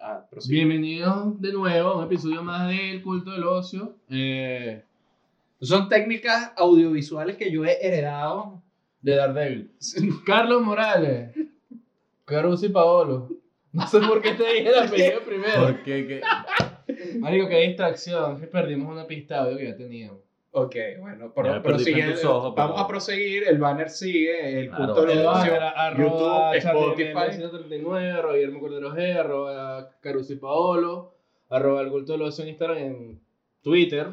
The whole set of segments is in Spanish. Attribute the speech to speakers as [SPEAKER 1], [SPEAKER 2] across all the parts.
[SPEAKER 1] Ah,
[SPEAKER 2] prosigue.
[SPEAKER 3] Bienvenidos de nuevo a un episodio más del culto del ocio. Eh,
[SPEAKER 1] Son técnicas audiovisuales que yo he heredado.
[SPEAKER 3] de Daredevil. Carlos Morales. Carlos y Paolo. No sé por qué te dije el apellido primero.
[SPEAKER 2] Porque que-
[SPEAKER 3] Marico, qué distracción. que Perdimos una pista de audio que ya teníamos.
[SPEAKER 1] Ok, bueno,
[SPEAKER 2] Ya me
[SPEAKER 1] pero,
[SPEAKER 2] perdí
[SPEAKER 1] prosigue.
[SPEAKER 2] en tus ojos, pero-
[SPEAKER 1] Vamos a proseguir. El banner sigue. El Ah,
[SPEAKER 2] Claro.
[SPEAKER 1] punto de
[SPEAKER 3] El
[SPEAKER 1] la
[SPEAKER 3] banner,
[SPEAKER 1] opción.
[SPEAKER 3] arroba
[SPEAKER 1] YouTube, Spotify.
[SPEAKER 3] Charlie 139, arroba Guillermo Cordero G, arroba Caruso y Paolo, arroba el culto de los en Instagram, en Twitter.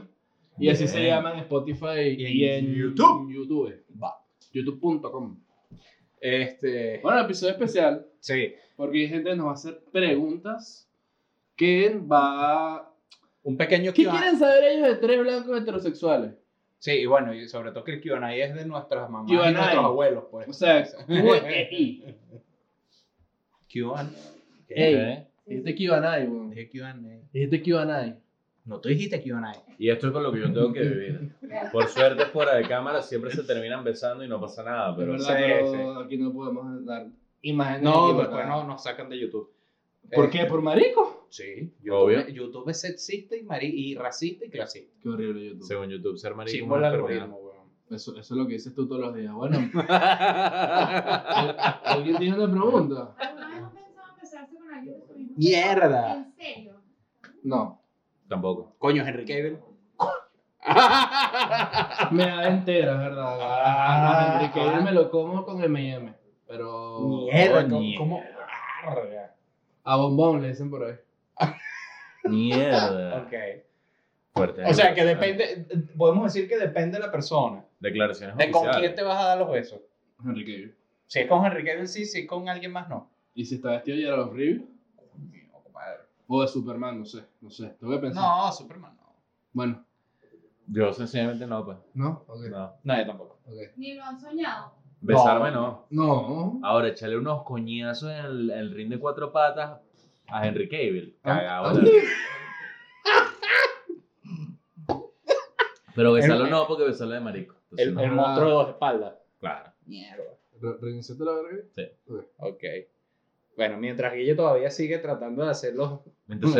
[SPEAKER 3] Y así
[SPEAKER 2] Bien.
[SPEAKER 3] se llama en Spotify y,
[SPEAKER 1] Y en
[SPEAKER 3] en
[SPEAKER 1] YouTube.
[SPEAKER 3] YouTube.
[SPEAKER 1] Va.
[SPEAKER 3] YouTube.com.
[SPEAKER 1] Este.
[SPEAKER 3] Bueno, episodio especial,
[SPEAKER 1] Sí.
[SPEAKER 3] porque hay gente que nos va a hacer preguntas que va...
[SPEAKER 1] Un pequeño
[SPEAKER 3] ¿Qué
[SPEAKER 1] QA.
[SPEAKER 3] quieren saber ellos de tres blancos heterosexuales?
[SPEAKER 1] Sí, y bueno, y sobre todo que el QA es de nuestras mamás
[SPEAKER 3] Q&A.
[SPEAKER 1] y nuestros abuelos, pues.
[SPEAKER 3] O sea, QI.
[SPEAKER 1] QA.
[SPEAKER 3] Ey, dijiste QI, weón.
[SPEAKER 1] Dije QA.
[SPEAKER 3] Dijiste QI.
[SPEAKER 1] No, tú dijiste QA.
[SPEAKER 2] Y esto es con lo que yo tengo que vivir. Por suerte, fuera de cámara siempre se terminan besando y no pasa nada.
[SPEAKER 3] Pero,
[SPEAKER 2] Pero
[SPEAKER 3] verdad,
[SPEAKER 1] sí,
[SPEAKER 3] pero aquí no podemos dar imágenes.
[SPEAKER 1] No,
[SPEAKER 3] equivocadas.
[SPEAKER 1] después no, nos sacan de YouTube.
[SPEAKER 3] ¿Por
[SPEAKER 1] Eh,
[SPEAKER 3] qué? ¿Por marico?
[SPEAKER 1] Sí,
[SPEAKER 2] Obvio.
[SPEAKER 1] YouTube, YouTube es sexista y, mari y racista y clasista.
[SPEAKER 3] Qué horrible YouTube.
[SPEAKER 2] según YouTube, ser marico es
[SPEAKER 1] Chimbo el
[SPEAKER 2] una enfermedad.
[SPEAKER 1] algoritmo, weón.
[SPEAKER 3] Eso, eso es lo que dices tú todos los días. Bueno, ¿al- ¿alguien tiene una pregunta?
[SPEAKER 4] ¿Alguna vez han pensado en casarse con alguien de su mismo sexo?
[SPEAKER 1] Mierda.
[SPEAKER 4] ¿En serio?
[SPEAKER 3] No.
[SPEAKER 2] Tampoco.
[SPEAKER 1] Coño, Henry Cavill.
[SPEAKER 3] Me da entera, ¿verdad?
[SPEAKER 1] Ah.
[SPEAKER 3] Enrique, yo me lo como con M&M. Pero
[SPEAKER 1] Mierda, ¿cómo?
[SPEAKER 2] Coño.
[SPEAKER 1] cómo- Ah, Arga.
[SPEAKER 3] a bombón le dicen por ahí.
[SPEAKER 2] Mierda.
[SPEAKER 1] Ok.
[SPEAKER 2] Fuerte.
[SPEAKER 1] O sea, que depende, podemos decir que depende de la persona.
[SPEAKER 2] Declaraciones
[SPEAKER 1] De con
[SPEAKER 2] oficiales.
[SPEAKER 1] quién te vas a dar los besos.
[SPEAKER 3] Enrique.
[SPEAKER 1] Si es con Henry Cavill, sí, si es con alguien más, no.
[SPEAKER 3] ¿Y si está vestido de los Reeves?
[SPEAKER 1] Coño, compadre.
[SPEAKER 3] O de Superman, no sé. No sé. Tengo que pensar.
[SPEAKER 1] No, Superman no.
[SPEAKER 3] Bueno.
[SPEAKER 2] Yo sencillamente no, pues.
[SPEAKER 3] ¿No? Ok.
[SPEAKER 2] No.
[SPEAKER 1] No, yo tampoco.
[SPEAKER 3] ok.
[SPEAKER 4] Ni lo han soñado.
[SPEAKER 2] Besarme no.
[SPEAKER 3] No.
[SPEAKER 2] Ahora, echarle unos coñazos en el, en el ring de cuatro patas a Henry Cavill.
[SPEAKER 1] Ah.
[SPEAKER 2] Cagado.
[SPEAKER 3] ¿A- a-
[SPEAKER 2] Pero besarlo no, porque besarlo de marico. Entonces,
[SPEAKER 1] El,
[SPEAKER 2] no.
[SPEAKER 1] el monstruo de dos espaldas.
[SPEAKER 2] Claro.
[SPEAKER 1] Mierda.
[SPEAKER 3] Re- ¿Reiniciaste la verga?
[SPEAKER 1] Ok. Bueno, mientras Guille todavía sigue tratando de hacer los
[SPEAKER 2] Entonces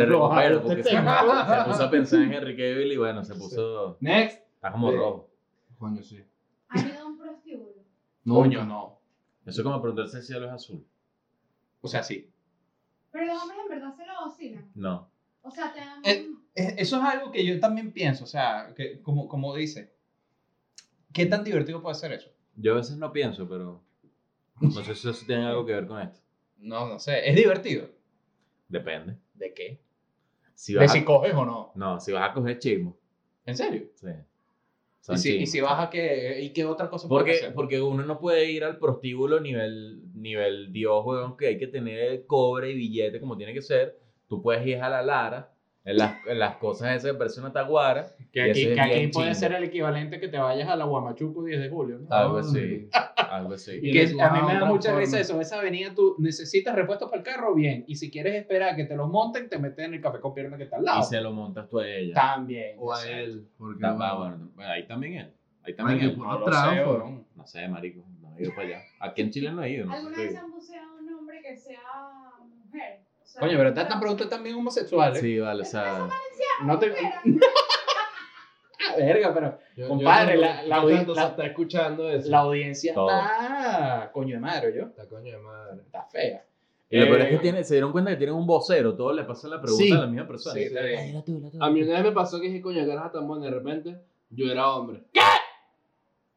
[SPEAKER 2] se
[SPEAKER 1] Lo
[SPEAKER 2] recupera
[SPEAKER 1] hago,
[SPEAKER 2] porque se,
[SPEAKER 1] te
[SPEAKER 2] se
[SPEAKER 1] tengo.
[SPEAKER 2] puso a pensar en Henry Cavill y bueno, se puso.
[SPEAKER 3] Next.
[SPEAKER 2] Está como
[SPEAKER 3] Sí.
[SPEAKER 2] rojo.
[SPEAKER 3] Coño, sí.
[SPEAKER 4] ¿Han ido a un prostíbulo?
[SPEAKER 1] Coño, no.
[SPEAKER 2] Eso es como preguntarse si el cielo es azul.
[SPEAKER 1] O sea, sí.
[SPEAKER 4] Pero los hombres en verdad se lo vacilan.
[SPEAKER 2] No.
[SPEAKER 4] O sea, te dan...
[SPEAKER 1] Eh. Es- Eso es algo que yo también pienso, o sea, que, como, como dice, ¿qué tan divertido puede ser eso?
[SPEAKER 2] Yo a veces no pienso, pero. No sé si eso tiene algo que ver con esto.
[SPEAKER 1] No, no sé, es divertido.
[SPEAKER 2] Depende.
[SPEAKER 1] ¿De qué?
[SPEAKER 2] Si
[SPEAKER 1] De
[SPEAKER 2] vas
[SPEAKER 1] si
[SPEAKER 2] a,
[SPEAKER 1] coges o no.
[SPEAKER 2] no, si vas a coger chismo.
[SPEAKER 1] ¿En serio?
[SPEAKER 2] Sí. Son
[SPEAKER 1] Y si, y
[SPEAKER 2] chismos.
[SPEAKER 1] si vas a qué, y qué otra cosa puede
[SPEAKER 2] Porque,
[SPEAKER 1] ser.
[SPEAKER 2] porque uno no puede ir al prostíbulo nivel, nivel Dios, weón, que hay que tener cobre y billete como tiene que ser. Tú puedes ir a la Lara, en las, en las cosas esas de persona taguara,
[SPEAKER 1] que
[SPEAKER 2] y eso
[SPEAKER 1] aquí,
[SPEAKER 2] es
[SPEAKER 1] que aquí
[SPEAKER 2] bien
[SPEAKER 1] puede
[SPEAKER 2] chimbo.
[SPEAKER 1] ser el equivalente que te vayas a la Guamachuco 10 de julio, ¿no?
[SPEAKER 2] algo así, algo así.
[SPEAKER 3] Ah, Y
[SPEAKER 1] Que
[SPEAKER 3] le
[SPEAKER 1] a mí me da
[SPEAKER 3] subaban
[SPEAKER 1] mucha
[SPEAKER 3] transforme.
[SPEAKER 1] risa eso, esa avenida tú necesitas repuestos para el carro, bien, y si quieres esperar a que te los monten, te meten en el café con pierna que está al lado.
[SPEAKER 2] Y se lo montas tú a ella.
[SPEAKER 1] También.
[SPEAKER 3] O a
[SPEAKER 1] exacto.
[SPEAKER 3] él. Porque
[SPEAKER 2] Ta-
[SPEAKER 3] va-
[SPEAKER 2] va, bueno, bueno, ahí también él, ahí
[SPEAKER 3] Ay,
[SPEAKER 2] también
[SPEAKER 3] que
[SPEAKER 2] él.
[SPEAKER 3] por-
[SPEAKER 1] No lo
[SPEAKER 3] Otra,
[SPEAKER 1] sé,
[SPEAKER 3] por-
[SPEAKER 1] weón.
[SPEAKER 2] No sé, marico, no he ido para allá. Aquí en Chile no he ido. no sé
[SPEAKER 4] ¿Alguna
[SPEAKER 2] si he
[SPEAKER 4] vez
[SPEAKER 2] ido.
[SPEAKER 4] han buceado a un hombre que sea mujer? O sea,
[SPEAKER 1] Coño, pero te están preguntando también homosexuales.
[SPEAKER 2] Sí, vale, o sea,
[SPEAKER 1] No te.
[SPEAKER 4] Espera.
[SPEAKER 1] Ah, Verga, pero
[SPEAKER 3] Yo- yo
[SPEAKER 1] Compadre,
[SPEAKER 3] cuando-
[SPEAKER 1] la- la
[SPEAKER 3] yo cuando
[SPEAKER 1] audi-
[SPEAKER 3] se
[SPEAKER 1] la-
[SPEAKER 3] está escuchando eso.
[SPEAKER 1] la audiencia
[SPEAKER 2] Todo.
[SPEAKER 1] está. Coño de madre, yo.
[SPEAKER 3] La coño de madre.
[SPEAKER 1] Está fea.
[SPEAKER 2] y lo
[SPEAKER 1] Eh,
[SPEAKER 2] peor es que tiene, se dieron cuenta que tienen un vocero, todo le pasa la pregunta
[SPEAKER 3] Sí.
[SPEAKER 2] a la misma persona.
[SPEAKER 1] Sí, está bien.
[SPEAKER 3] A mí una vez me pasó que dije, coño, que eras tan bueno. De repente, yo era hombre. ¿Qué?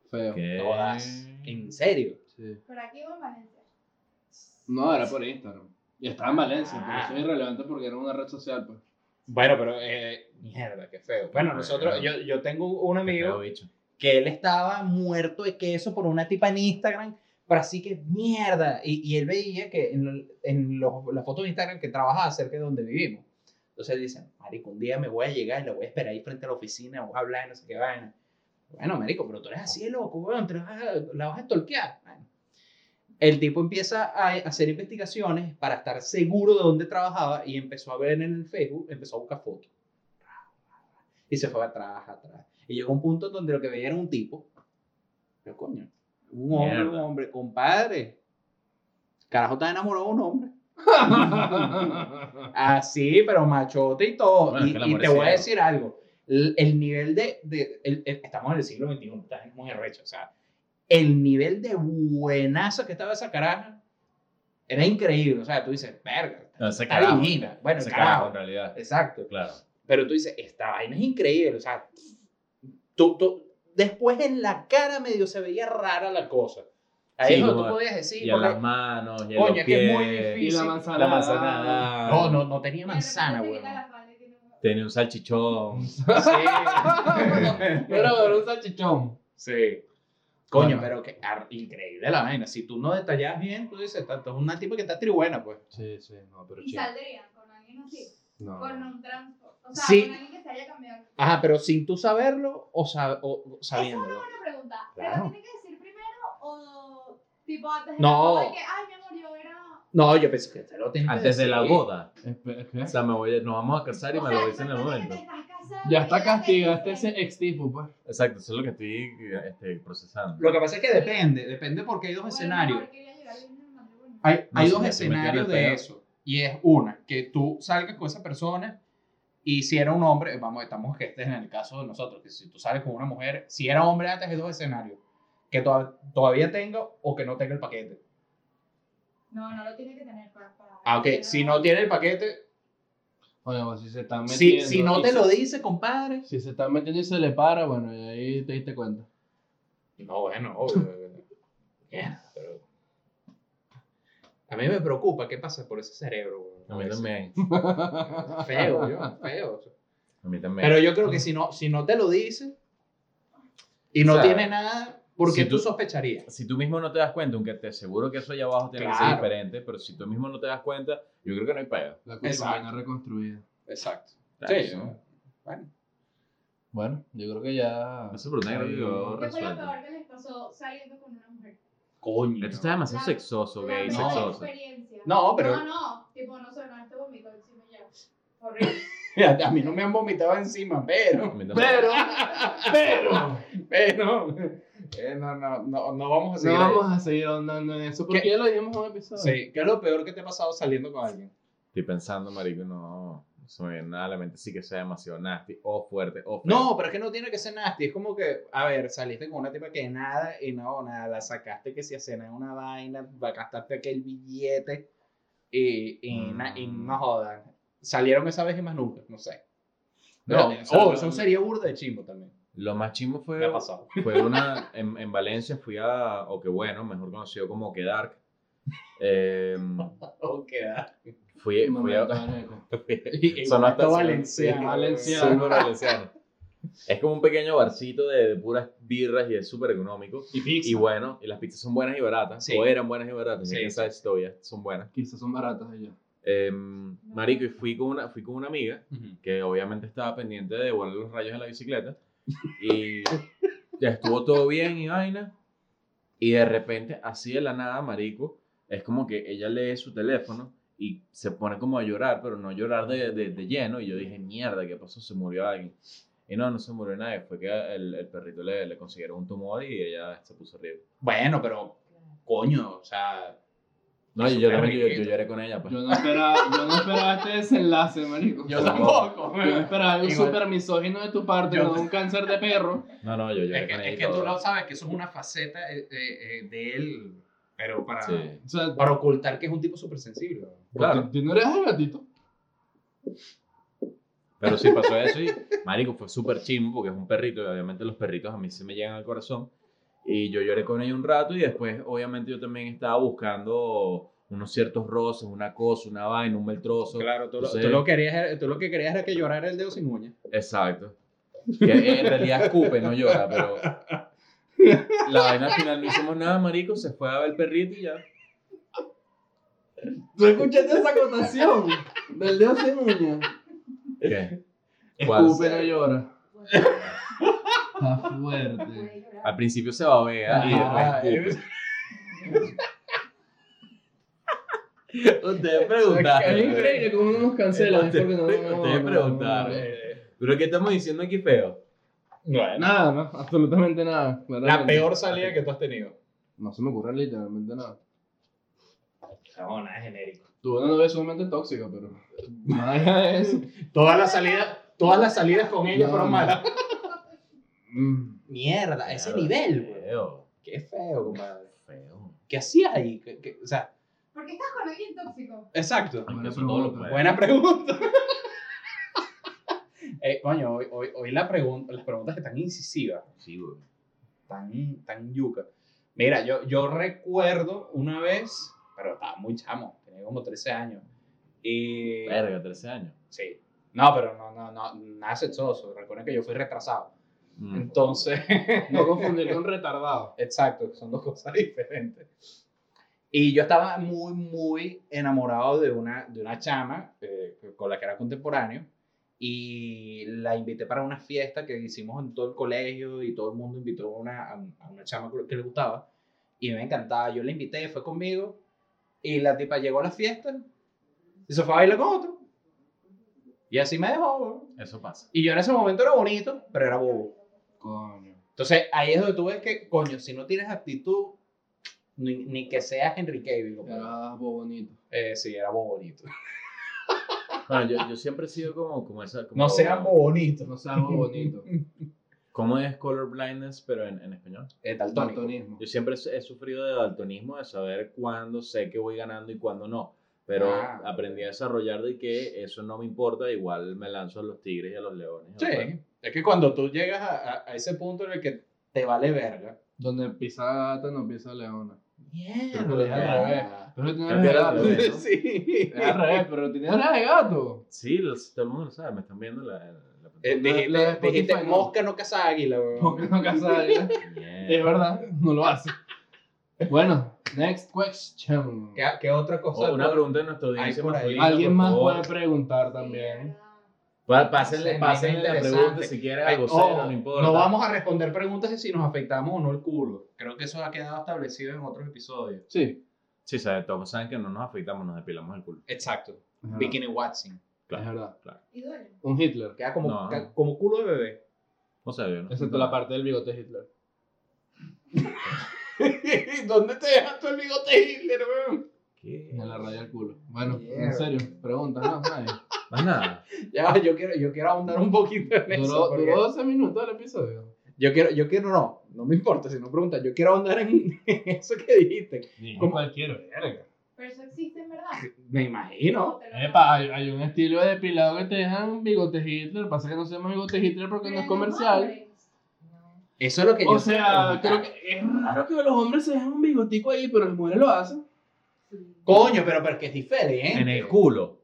[SPEAKER 3] Feo.
[SPEAKER 2] ¿Qué?
[SPEAKER 1] Todas. ¿En serio?
[SPEAKER 3] Sí.
[SPEAKER 4] Por aquí o en Valencia.
[SPEAKER 3] No, era por Instagram. Y estaba en Valencia, pero
[SPEAKER 1] Ah.
[SPEAKER 3] eso es irrelevante porque era una red social, pues.
[SPEAKER 1] Bueno, pero. eh, mierda, qué feo. Bueno, nosotros. Yo, yo tengo un
[SPEAKER 2] Feo
[SPEAKER 1] amigo
[SPEAKER 2] bicho.
[SPEAKER 1] que él estaba muerto de queso por una tipa en Instagram. Pero así que mierda. Y, y él veía que en, lo- en los- las fotos de Instagram que trabajaba cerca de donde vivimos. Entonces él dice, marico, un día me voy a llegar y la voy a esperar ahí frente a la oficina, voy a hablar y no sé qué vaina. Bueno, marico, pero tú eres así de loco, weón, te la vas a- la vas a tolquear. Bueno. El tipo empieza a hacer investigaciones para estar seguro de dónde trabajaba y empezó a ver en el Facebook, empezó a buscar fotos. Y se fue atrás, atrás. Y llegó un punto donde lo que veía era un tipo. Pero coño, un hombre,
[SPEAKER 2] Mierda.
[SPEAKER 1] un hombre, compadre. Carajo, está enamorado de un hombre. Así, pero machote y todo.
[SPEAKER 2] Bueno,
[SPEAKER 1] y
[SPEAKER 2] es que el
[SPEAKER 1] y
[SPEAKER 2] amor
[SPEAKER 1] te
[SPEAKER 2] es
[SPEAKER 1] voy a
[SPEAKER 2] ciego.
[SPEAKER 1] decir algo. El, el nivel de. de- el- el- estamos en el siglo XXI, estás muy arrecho. O sea, el nivel de buenazo que estaba esa caraja era increíble. O sea, tú dices, verga,
[SPEAKER 2] No, ese
[SPEAKER 1] está
[SPEAKER 2] carajo.
[SPEAKER 1] divina. Bueno,
[SPEAKER 2] Ese
[SPEAKER 1] carajo.
[SPEAKER 2] carajo, en realidad.
[SPEAKER 1] Exacto.
[SPEAKER 2] Claro.
[SPEAKER 1] Pero tú dices, esta vaina es increíble. O sea, tú, tú- después en la cara medio se veía rara la cosa. Ahí
[SPEAKER 2] Sí,
[SPEAKER 1] no tú
[SPEAKER 2] como-
[SPEAKER 1] podías decir.
[SPEAKER 2] y en
[SPEAKER 1] porque-
[SPEAKER 2] las manos, y en
[SPEAKER 1] Coño,
[SPEAKER 2] los
[SPEAKER 1] es que es muy
[SPEAKER 2] pies.
[SPEAKER 1] difícil.
[SPEAKER 3] y la
[SPEAKER 1] sí.
[SPEAKER 3] manzana.
[SPEAKER 2] La manzana.
[SPEAKER 1] no, no, no tenía
[SPEAKER 4] De
[SPEAKER 1] manzana,
[SPEAKER 4] repente se
[SPEAKER 1] güey.
[SPEAKER 4] quita las manos y tiene un-
[SPEAKER 2] Tenía un salchichón.
[SPEAKER 1] Sí.
[SPEAKER 3] Era ver un salchichón.
[SPEAKER 1] sí. Coño,
[SPEAKER 3] Bueno.
[SPEAKER 1] pero que ar- increíble la vaina. Si tú no detallas bien, tú dices, tanto es una tipa que está tribuena, pues.
[SPEAKER 3] Sí, sí, no, pero
[SPEAKER 4] Y
[SPEAKER 3] chido.
[SPEAKER 4] saldrían con alguien así.
[SPEAKER 3] No.
[SPEAKER 4] Con un transporte. O sea,
[SPEAKER 1] Sí.
[SPEAKER 4] con alguien que se haya cambiado.
[SPEAKER 1] Ajá, pero sin tú saberlo o, sab- o- o
[SPEAKER 4] Esa
[SPEAKER 1] sabiéndolo.
[SPEAKER 4] es una buena pregunta.
[SPEAKER 1] Claro.
[SPEAKER 4] ¿Pero tiene que decir primero o tipo antes de
[SPEAKER 1] No.
[SPEAKER 4] la boda que, ay, mi amor, yo era.
[SPEAKER 1] No, yo pensé que te lo tenía que
[SPEAKER 2] Antes de
[SPEAKER 1] decir.
[SPEAKER 2] la boda.
[SPEAKER 3] Espe-
[SPEAKER 2] O
[SPEAKER 3] espe-
[SPEAKER 2] sea, me voy a- nos vamos a casar y
[SPEAKER 4] O
[SPEAKER 2] me
[SPEAKER 4] sea,
[SPEAKER 2] lo dicen en el
[SPEAKER 4] imagínate
[SPEAKER 2] momento.
[SPEAKER 4] que estás
[SPEAKER 3] Ya
[SPEAKER 4] casado
[SPEAKER 3] está
[SPEAKER 4] y
[SPEAKER 3] este
[SPEAKER 4] te dicen-
[SPEAKER 3] castigaste
[SPEAKER 1] Este
[SPEAKER 3] ese ex tipo, pues.
[SPEAKER 2] Exacto, eso es lo que estoy este, procesando.
[SPEAKER 1] Lo que pasa es que depende, depende porque hay dos
[SPEAKER 4] Bueno,
[SPEAKER 1] escenarios.
[SPEAKER 4] mejor que ya llegar bien en el matrimonio.
[SPEAKER 1] Hay,
[SPEAKER 2] No,
[SPEAKER 1] hay
[SPEAKER 2] si
[SPEAKER 1] dos
[SPEAKER 2] me estoy metiendo
[SPEAKER 1] escenarios
[SPEAKER 2] el
[SPEAKER 1] de
[SPEAKER 2] pedo.
[SPEAKER 1] eso. Y es una, que tú salgas con esa persona y si era un hombre, vamos, estamos que este es en el caso de nosotros, que si tú sales con una mujer, si era hombre antes hay dos escenarios, que to- todavía tenga o que no tenga el paquete.
[SPEAKER 4] No, no lo tiene que tener para. para-
[SPEAKER 1] Ah, ok, si no tiene el paquete,
[SPEAKER 3] Oye, pues si se están
[SPEAKER 1] si,
[SPEAKER 3] metiendo.
[SPEAKER 1] si no
[SPEAKER 3] y
[SPEAKER 1] te
[SPEAKER 3] se-
[SPEAKER 1] lo dice, compadre.
[SPEAKER 3] Si se están metiendo y se le para, bueno, y ahí te diste cuenta.
[SPEAKER 1] No, bueno, obvio. Mierda, pero... A mí me preocupa qué pasa por ese cerebro. güey.
[SPEAKER 2] A mí también.
[SPEAKER 1] Feo, yo, feo.
[SPEAKER 2] A mí también.
[SPEAKER 1] Pero yo creo que si no, si no te lo dice y no
[SPEAKER 2] O sea,
[SPEAKER 1] tiene nada, ¿por qué
[SPEAKER 2] si
[SPEAKER 1] tú,
[SPEAKER 2] tú-
[SPEAKER 1] sospecharías?
[SPEAKER 2] si tú mismo no te das cuenta, aunque te aseguro que eso allá abajo tiene que ser
[SPEAKER 1] Claro.
[SPEAKER 2] diferente, pero si tú mismo no te das cuenta, yo creo que no hay pedo.
[SPEAKER 3] La
[SPEAKER 1] Exacto.
[SPEAKER 3] cocina reconstruida.
[SPEAKER 1] Exacto.
[SPEAKER 2] Claro,
[SPEAKER 1] Sí,
[SPEAKER 2] ¿no?
[SPEAKER 1] bueno.
[SPEAKER 3] Bueno, yo creo que ya.
[SPEAKER 2] Eso por negro,
[SPEAKER 3] Ahí-
[SPEAKER 2] digo.
[SPEAKER 4] ¿Qué fue lo
[SPEAKER 2] resuelto.
[SPEAKER 4] peor que les pasó saliendo con una mujer?
[SPEAKER 1] Coño.
[SPEAKER 2] Esto está demasiado
[SPEAKER 4] La-
[SPEAKER 2] sexoso,
[SPEAKER 4] La
[SPEAKER 2] gay,
[SPEAKER 4] peor
[SPEAKER 2] sexoso.
[SPEAKER 4] experiencia.
[SPEAKER 1] No, pero-
[SPEAKER 4] No, no, tipo, no sé, no, este vomito encima ya. Horrible.
[SPEAKER 1] A mí no me han vomitado encima, pero.
[SPEAKER 2] A mí también.
[SPEAKER 3] Pero, pero.
[SPEAKER 1] Pero. eh, no, no, no, no vamos a
[SPEAKER 3] No
[SPEAKER 1] seguir. ahí.
[SPEAKER 3] vamos a seguir ahondando en eso porque
[SPEAKER 1] ¿Qué?
[SPEAKER 3] ya lo dijimos en un episodio.
[SPEAKER 1] Sí, ¿Qué es lo peor que te ha pasado saliendo con alguien?
[SPEAKER 2] Estoy pensando, marico, no. No se me viene nada a la mente. Sí que sea demasiado nasty, o fuerte, o feo.
[SPEAKER 1] No, pero es que no tiene que ser nasty. Es como que, a ver, saliste con una tipa que nada y no, nada. La sacaste que si a cenar una vaina, gastaste aquel billete y, y, na- y no jodan. Salieron esa vez y más nunca, no sé.
[SPEAKER 3] No,
[SPEAKER 1] No,
[SPEAKER 3] o sea,
[SPEAKER 1] oh,
[SPEAKER 3] no-
[SPEAKER 1] eso sería burda de chimbo también.
[SPEAKER 2] Lo más chimbo fue
[SPEAKER 1] Me ha pasado.
[SPEAKER 2] fue una en, en Valencia fui a o que bueno mejor conocido como que dark Eh,
[SPEAKER 1] Ok.
[SPEAKER 2] fui
[SPEAKER 3] Un
[SPEAKER 2] fui a
[SPEAKER 3] momento, Aneco.
[SPEAKER 2] Sonó hasta-
[SPEAKER 1] valenciano.
[SPEAKER 3] sí, valenciano.
[SPEAKER 2] súper valenciano. es como un pequeño barcito de, de puras birras y es súper económico
[SPEAKER 3] Y pizza.
[SPEAKER 2] y bueno y las pizzas son buenas y baratas
[SPEAKER 1] Sí.
[SPEAKER 2] o eran buenas y baratas
[SPEAKER 1] Sí,
[SPEAKER 2] ya quién
[SPEAKER 1] sí.
[SPEAKER 2] sabe si todavía son buenas
[SPEAKER 3] Quizás son baratas ellas.
[SPEAKER 2] Eh, marico y fui con una fui con una amiga
[SPEAKER 1] Ujú.
[SPEAKER 2] que obviamente estaba pendiente de devolver los rayos en la bicicleta. Y ya estuvo todo bien y vaina. Y de repente, así de la nada, marico, es como que ella lee su teléfono y se pone como a llorar, pero no a llorar de, de- de lleno. Y yo dije, mierda, ¿qué pasó? Se murió alguien. Y no, no se murió nadie. Fue que el, el perrito le, le consiguieron un tumor y ella se puso a reír.
[SPEAKER 1] Bueno, pero coño, o sea,
[SPEAKER 2] No, yo,
[SPEAKER 1] Súper
[SPEAKER 2] yo también yo, yo
[SPEAKER 1] riquito.
[SPEAKER 2] lloré con ella. Pues.
[SPEAKER 3] Yo no esperaba, yo no esperaba este desenlace, marico.
[SPEAKER 1] yo
[SPEAKER 2] tampoco.
[SPEAKER 1] tampoco.
[SPEAKER 3] Yo esperaba algo
[SPEAKER 1] Igual.
[SPEAKER 3] súper misógino de tu parte,
[SPEAKER 1] Yo-
[SPEAKER 3] con un cáncer de perro.
[SPEAKER 2] No, no, yo lloré
[SPEAKER 1] Es
[SPEAKER 2] con ella.
[SPEAKER 1] que,
[SPEAKER 2] y
[SPEAKER 1] es que tú
[SPEAKER 2] todo.
[SPEAKER 1] lo sabes, que eso es una faceta eh, eh, eh, de él, pero para,
[SPEAKER 2] Sí.
[SPEAKER 3] O sea,
[SPEAKER 1] para ocultar que es un tipo súper sensible.
[SPEAKER 2] Claro.
[SPEAKER 3] tú- tú no eres el gatito.
[SPEAKER 2] Pero sí pasó eso y, marico, fue súper chimbo porque es un perrito y obviamente los perritos a mí se me llegan al corazón. Y yo lloré con ella un rato y después, obviamente, yo también estaba buscando unos ciertos roces, una cosa, una vaina, un bel trozo.
[SPEAKER 1] Claro, tú,
[SPEAKER 2] lo-
[SPEAKER 1] lo,
[SPEAKER 2] tú lo
[SPEAKER 1] querías, eh, tú lo que querías era que llorara el dedo sin uña.
[SPEAKER 2] Exacto. Que en realidad escupe, no llora, pero la vaina al final no hicimos nada, marico, se fue a ver el perrito y ya.
[SPEAKER 3] ¿Tú escuchaste esa acotación? Del dedo sin uña.
[SPEAKER 2] ¿Qué? ¿Cuál?
[SPEAKER 3] Escupe, no llora. Está fuerte.
[SPEAKER 4] Puede llorar.
[SPEAKER 2] Al principio se babea
[SPEAKER 3] Ah,
[SPEAKER 1] eh,
[SPEAKER 2] y después escupe. Ustedes preguntaron.
[SPEAKER 3] Es increíble cómo no nos cancelan. es
[SPEAKER 2] Te-
[SPEAKER 3] porque no,
[SPEAKER 2] te-
[SPEAKER 3] no,
[SPEAKER 2] te
[SPEAKER 3] no,
[SPEAKER 2] preguntaron.
[SPEAKER 3] no, no.
[SPEAKER 1] Eh,
[SPEAKER 2] ¿Pero qué estamos diciendo aquí, feo?
[SPEAKER 3] Nada, no, absolutamente nada.
[SPEAKER 1] la
[SPEAKER 3] claramente.
[SPEAKER 1] peor salida que tú has tenido.
[SPEAKER 3] No se me ocurre literalmente nada.
[SPEAKER 5] Chabona, es genérico.
[SPEAKER 3] Tuvo una novia sumamente tóxica, pero. Más allá de eso.
[SPEAKER 6] Todas las salidas, todas las salidas con ella
[SPEAKER 3] No,
[SPEAKER 6] fueron
[SPEAKER 3] no.
[SPEAKER 6] malas.
[SPEAKER 1] Mierda, a ese nivel, güey.
[SPEAKER 2] Feo,
[SPEAKER 1] Qué feo, compadre.
[SPEAKER 2] feo.
[SPEAKER 1] ¿Qué hacías ahí? ¿Qué- qué- o sea,
[SPEAKER 4] ¿Por qué estás con alguien tóxico?
[SPEAKER 1] exacto.
[SPEAKER 3] Buena
[SPEAKER 2] Ay, que pues. eso todo lo
[SPEAKER 3] pregunta.
[SPEAKER 2] puede.
[SPEAKER 1] Buena pregunta. Eh, coño, hoy, hoy, hoy la pregun- las preguntas están incisivas,
[SPEAKER 2] Sí, güey.
[SPEAKER 1] tan, tan yuca. Mira, yo, yo recuerdo una vez, pero estaba muy chamo, tenía como 13 años. Y,
[SPEAKER 2] Verga, 13 años.
[SPEAKER 1] sí. No, pero no, no, no, nada sexoso. Recuerden que yo fui retrasado.
[SPEAKER 2] Mm.
[SPEAKER 1] Entonces,
[SPEAKER 3] No confundir con retardado.
[SPEAKER 1] Exacto, son dos cosas diferentes. Y yo estaba muy, muy enamorado de una, de una chama eh, con la que era contemporáneo y la invité para una fiesta que hicimos en todo el colegio y todo el mundo invitó a una, a, a una chama que le gustaba y me encantaba. Yo la invité, fue conmigo y la tipa llegó a la fiesta y se fue a bailar con otro. Y así me dejó. weón.
[SPEAKER 2] Eso pasa.
[SPEAKER 1] Y yo en ese momento era bonito, pero era Ah, bobo.
[SPEAKER 3] Coño.
[SPEAKER 1] Entonces, ahí es donde tú ves que, coño, si no tienes actitud, ni, ni que seas Henry Cavill. compadre.
[SPEAKER 3] Era bobonito.
[SPEAKER 1] Eh, sí, era bobonito.
[SPEAKER 2] Bueno, yo, yo siempre he sido como, como esa. Como,
[SPEAKER 1] No seas bobonito.
[SPEAKER 3] No seas bobonito.
[SPEAKER 2] ¿Cómo es color blindness, pero en, en español?
[SPEAKER 1] Eh, daltónico.
[SPEAKER 3] Daltonismo.
[SPEAKER 2] Yo siempre he he sufrido de daltonismo, de saber cuándo sé que voy ganando y cuándo no. Pero
[SPEAKER 1] Ah.
[SPEAKER 2] aprendí a desarrollar de que eso no me importa, igual me lanzo a los tigres y a los leones.
[SPEAKER 1] Sí, es que cuando tú llegas a, a- a ese punto en el que te vale verga.
[SPEAKER 3] Donde pisa gata no pisa leona.
[SPEAKER 1] Mierda.
[SPEAKER 3] Pero tiene orejas
[SPEAKER 2] Creo que
[SPEAKER 3] de
[SPEAKER 2] era
[SPEAKER 3] gato.
[SPEAKER 2] al revés, ¿no?
[SPEAKER 1] Sí.
[SPEAKER 3] Era al revés, pero tiene orejas de gato.
[SPEAKER 2] Sí, los- todo el mundo lo sabe, me están viendo la. la-
[SPEAKER 1] Eh, dijiste,
[SPEAKER 3] Lo de Spotify,
[SPEAKER 1] dijiste,
[SPEAKER 3] ¿no?
[SPEAKER 1] mosca no caza águila. weón".
[SPEAKER 3] Porque no casa
[SPEAKER 2] Mierda.
[SPEAKER 3] Es verdad, no lo hace. Bueno, next question.
[SPEAKER 1] ¿Qué, qué otra cosa?
[SPEAKER 2] O- una pregunta de nuestra audiencia
[SPEAKER 1] por ahí.
[SPEAKER 2] masculina,
[SPEAKER 3] Alguien
[SPEAKER 2] por
[SPEAKER 3] más
[SPEAKER 2] favor.
[SPEAKER 3] puede preguntar también.
[SPEAKER 2] Pa- Pásenle,
[SPEAKER 1] Sí,
[SPEAKER 2] pásenle la
[SPEAKER 1] interesante.
[SPEAKER 2] pregunta si quieren
[SPEAKER 1] Ay,
[SPEAKER 2] algo
[SPEAKER 1] ojo,
[SPEAKER 2] serio, no importa.
[SPEAKER 1] no vamos a responder preguntas de si nos afectamos o no el culo. Creo que eso ha quedado establecido en otros episodios.
[SPEAKER 3] Sí.
[SPEAKER 2] Sí, sabe, todos saben que no nos afectamos, nos depilamos el culo.
[SPEAKER 1] Exacto.
[SPEAKER 3] Es verdad.
[SPEAKER 1] Bikini Watson.
[SPEAKER 3] Es verdad.
[SPEAKER 4] Y duele.
[SPEAKER 3] Un Hitler.
[SPEAKER 1] Queda como,
[SPEAKER 2] No.
[SPEAKER 1] ca- como culo de bebé.
[SPEAKER 2] No se ve, ¿no?
[SPEAKER 3] Excepto la parte del bigote de Hitler.
[SPEAKER 1] ¿Dónde te dejas tú el bigote Hitler, weón?
[SPEAKER 2] ¿Qué?
[SPEAKER 3] En la raya del culo. Bueno, en
[SPEAKER 1] Mierda.
[SPEAKER 3] serio, preguntas, no, nadie.
[SPEAKER 2] Más nada.
[SPEAKER 1] Ya, va, yo quiero, yo quiero ahondar un poquito en eso.
[SPEAKER 3] Duró,
[SPEAKER 1] porque
[SPEAKER 3] duró 12 minutos el episodio.
[SPEAKER 1] Yo quiero, yo quiero, no, no me importa si no preguntas. Yo quiero ahondar en, en eso que dijiste.
[SPEAKER 3] Como cualquiera, verga.
[SPEAKER 4] Pero eso existe en verdad.
[SPEAKER 1] Me imagino.
[SPEAKER 4] Te lo
[SPEAKER 3] Epa, hay, hay un estilo de depilado que te dejan bigote Hitler. Pasa que no se llama bigote Hitler porque
[SPEAKER 4] Pero
[SPEAKER 3] no es
[SPEAKER 4] los
[SPEAKER 3] comercial.
[SPEAKER 4] hombres.
[SPEAKER 1] Eso es lo que yo Ah,
[SPEAKER 3] O sea,
[SPEAKER 1] quiero
[SPEAKER 3] creo
[SPEAKER 1] preguntar.
[SPEAKER 3] que es raro que los hombres se dejen un bigotico ahí, pero las mujeres lo hacen.
[SPEAKER 4] Sí.
[SPEAKER 1] Coño, pero porque es diferente.
[SPEAKER 2] En el culo.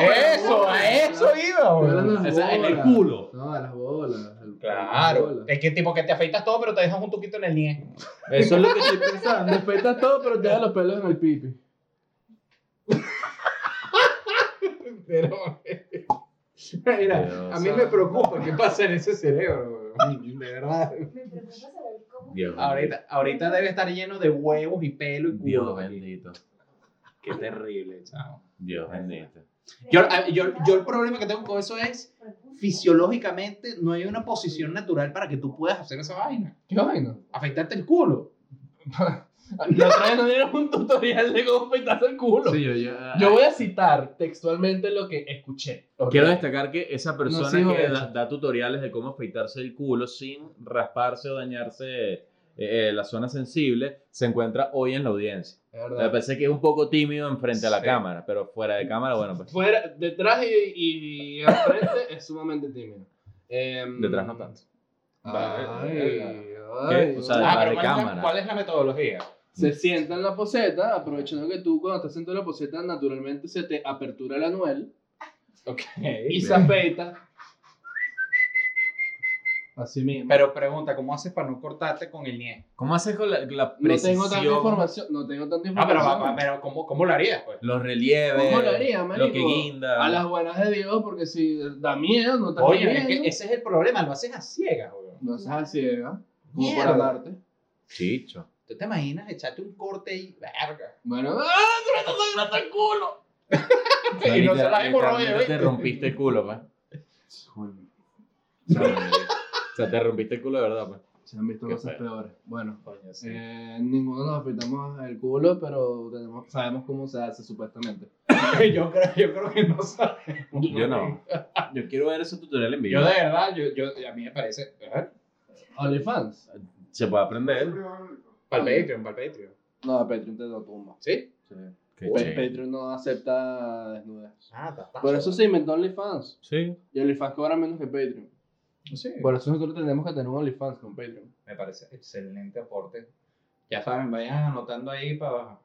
[SPEAKER 1] Eso, a eso iba,
[SPEAKER 3] Pero
[SPEAKER 1] weón.
[SPEAKER 3] no.
[SPEAKER 2] O sea, en el
[SPEAKER 3] Bola.
[SPEAKER 2] culo.
[SPEAKER 3] No, a las bolas. al- a las
[SPEAKER 1] Claro.
[SPEAKER 3] bolas.
[SPEAKER 1] Es que tipo que te afeitas todo, pero te dejas un tuquito en el nie.
[SPEAKER 2] Eso es lo que estoy
[SPEAKER 3] O sea, respetas todo, pero te da los pelos en el pipi.
[SPEAKER 1] Pero. Mira, a mí me preocupa qué pasa en ese cerebro, weón. De verdad.
[SPEAKER 4] Me preocupa saber cómo.
[SPEAKER 2] Dios,
[SPEAKER 1] Ahorita, ahorita debe estar lleno de huevos y pelo y
[SPEAKER 2] Dios
[SPEAKER 1] culo.
[SPEAKER 2] bendito.
[SPEAKER 1] Qué terrible, chao.
[SPEAKER 2] Dios bendito.
[SPEAKER 1] Yo, a- yo, yo el problema que tengo con eso es fisiológicamente no hay una posición natural para que tú puedas hacer esa vaina.
[SPEAKER 3] ¿Qué vaina?
[SPEAKER 1] Afeitarte el culo.
[SPEAKER 3] La otra vez nos dieron un tutorial de cómo peitarse el culo.
[SPEAKER 2] yo,
[SPEAKER 3] Yo voy a citar textualmente lo que escuché.
[SPEAKER 2] Quiero destacar que esa persona
[SPEAKER 3] sigo
[SPEAKER 2] que
[SPEAKER 3] hecho.
[SPEAKER 2] da, da tutoriales de cómo afeitarse el culo sin rasparse o dañarse eh, eh, la zona sensible se encuentra hoy en la audiencia.
[SPEAKER 3] Es
[SPEAKER 2] Me
[SPEAKER 3] verdad.
[SPEAKER 2] parece que es un poco tímido enfrente a la
[SPEAKER 1] Sí.
[SPEAKER 2] cámara, pero fuera de cámara, bueno, pues
[SPEAKER 3] Fuera, detrás y, y al frente es sumamente tímido. Em,
[SPEAKER 2] detrás no tanto.
[SPEAKER 3] Ay,
[SPEAKER 2] ¿Qué?
[SPEAKER 3] ay,
[SPEAKER 2] O sea,
[SPEAKER 3] ay.
[SPEAKER 2] Ah,
[SPEAKER 1] pero ¿cuál
[SPEAKER 2] de
[SPEAKER 1] es la-
[SPEAKER 2] cámara.
[SPEAKER 1] ¿Cuál es la metodología?
[SPEAKER 3] se sienta en la poseta, aprovechando que tú cuando estás sentado en la poseta naturalmente se te apertura el anuel
[SPEAKER 1] Ok.
[SPEAKER 3] y se
[SPEAKER 2] Bien.
[SPEAKER 3] afeita. Así mismo.
[SPEAKER 1] Pero pregunta, ¿cómo haces para no cortarte con el nie?
[SPEAKER 2] ¿Cómo haces con la, la
[SPEAKER 3] no tengo
[SPEAKER 2] precisión, Ah,
[SPEAKER 3] tanta información. No tengo tanta
[SPEAKER 1] No, Ah, pero,
[SPEAKER 3] información.
[SPEAKER 1] va- va- pero ¿cómo, ¿cómo lo harías? Pues?
[SPEAKER 2] los relieves,
[SPEAKER 3] ¿Cómo lo haría,
[SPEAKER 2] lo
[SPEAKER 3] marico?
[SPEAKER 2] que guinda?
[SPEAKER 3] A las buenas de Dios, porque si da miedo, no te
[SPEAKER 1] Oye, es
[SPEAKER 3] viendo.
[SPEAKER 1] que ese es el problema, lo haces a ciegas, weón.
[SPEAKER 3] No seas así, ¿verdad? Como
[SPEAKER 1] Mierda.
[SPEAKER 3] para darte.
[SPEAKER 2] Chicho.
[SPEAKER 1] ¿Tú te imaginas echarte un corte y verga?
[SPEAKER 3] Bueno, ¡ah! ¡Tú me estás sangrando el culo!
[SPEAKER 2] O sea,
[SPEAKER 1] Y no
[SPEAKER 2] literal-
[SPEAKER 1] se las hemorroides,
[SPEAKER 2] literalmente
[SPEAKER 1] ¿viste?
[SPEAKER 2] te rompiste el culo, pues.
[SPEAKER 3] Joder.
[SPEAKER 2] O sea, o sea, te rompiste el culo de verdad, pues.
[SPEAKER 3] Se han visto
[SPEAKER 2] Qué
[SPEAKER 3] cosas
[SPEAKER 2] feo.
[SPEAKER 3] peores. Bueno,
[SPEAKER 1] Pues
[SPEAKER 2] Coño, sí.
[SPEAKER 3] eh, ninguno nos afectamos el culo, pero tenemos- sabemos cómo se hace supuestamente.
[SPEAKER 1] yo, creo, yo creo que no sabemos.
[SPEAKER 2] Yo no. Yo quiero ver ese tutorial en
[SPEAKER 1] Yo
[SPEAKER 2] vivo.
[SPEAKER 1] de verdad, yo, yo, a mí me parece. ajá,
[SPEAKER 3] OnlyFans.
[SPEAKER 2] Se puede aprender.
[SPEAKER 1] Para el Patreon, para el Patreon.
[SPEAKER 3] No, Patreon te lo tumba.
[SPEAKER 1] ¿Sí?
[SPEAKER 2] Qué
[SPEAKER 3] Pa-
[SPEAKER 2] chévere.
[SPEAKER 3] Patreon no acepta desnudas.
[SPEAKER 1] Ah, tatazo.
[SPEAKER 3] Por eso se inventó OnlyFans.
[SPEAKER 2] Sí.
[SPEAKER 3] Y OnlyFans cobra menos que Patreon.
[SPEAKER 1] Sí.
[SPEAKER 3] Por eso nosotros tenemos que tener un OnlyFans con Patreon.
[SPEAKER 1] Me parece excelente aporte. Ya saben, vayan anotando ahí para.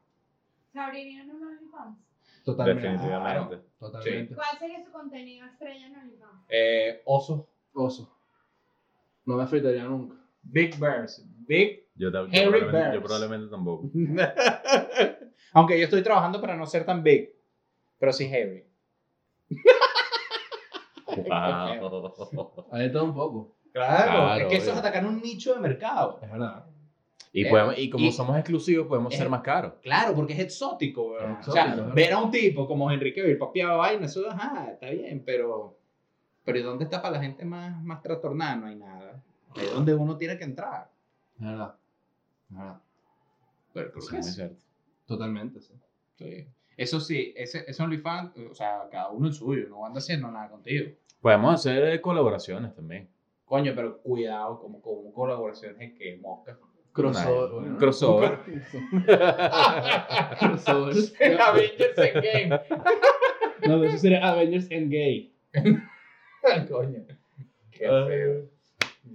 [SPEAKER 4] ¿Se abrirían un OnlyFans?
[SPEAKER 2] Definitivamente.
[SPEAKER 1] Claro.
[SPEAKER 3] Totalmente.
[SPEAKER 4] ¿Cuál sería su contenido estrella en OnlyFans?
[SPEAKER 1] Eh, osos.
[SPEAKER 3] Oso. No me afeitaría nunca.
[SPEAKER 1] Big Bears. Big.
[SPEAKER 2] Yo, ta- yo
[SPEAKER 1] Henry
[SPEAKER 2] probablemente, yo
[SPEAKER 1] Burns.
[SPEAKER 2] probablemente tampoco.
[SPEAKER 1] Aunque yo estoy trabajando para no ser tan big. Pero sí heavy.
[SPEAKER 2] Wow.
[SPEAKER 3] Ahí está un poco.
[SPEAKER 1] Claro,
[SPEAKER 2] Claro,
[SPEAKER 1] es que eso es
[SPEAKER 2] obvio.
[SPEAKER 1] atacar un nicho de mercado.
[SPEAKER 3] Es verdad.
[SPEAKER 2] Y,
[SPEAKER 1] Eh,
[SPEAKER 2] podemos- y como
[SPEAKER 1] y-
[SPEAKER 2] somos exclusivos, podemos
[SPEAKER 1] eh,
[SPEAKER 2] ser más caros.
[SPEAKER 1] Claro, porque es exótico, weón.
[SPEAKER 3] Es
[SPEAKER 1] o sea,
[SPEAKER 3] exótico, ¿no?
[SPEAKER 1] ver a un tipo como Enrique Vil papiado vaina, eso, ajá, está bien, pero. Pero ¿y dónde está para la gente más, más trastornada? No hay nada. Es donde uno tiene que entrar.
[SPEAKER 3] Es verdad. Es verdad.
[SPEAKER 1] Pero creo que
[SPEAKER 2] Eso es muy
[SPEAKER 1] Pues sí.
[SPEAKER 2] cierto.
[SPEAKER 3] Totalmente, sí.
[SPEAKER 1] Sí. Eso sí, ese, ese OnlyFans, o sea, cada uno el suyo, no anda haciendo nada contigo.
[SPEAKER 2] Podemos hacer eh, colaboraciones también.
[SPEAKER 1] Coño, pero cuidado, como, como colaboraciones que mosca.
[SPEAKER 3] Crossover.
[SPEAKER 2] Nice.
[SPEAKER 3] bueno.
[SPEAKER 2] Crossover.
[SPEAKER 3] Crossover.
[SPEAKER 1] Avengers Endgame.
[SPEAKER 3] No, pero eso sería Avengers Endgame.
[SPEAKER 1] Coño. Qué
[SPEAKER 2] Ah.
[SPEAKER 1] feo.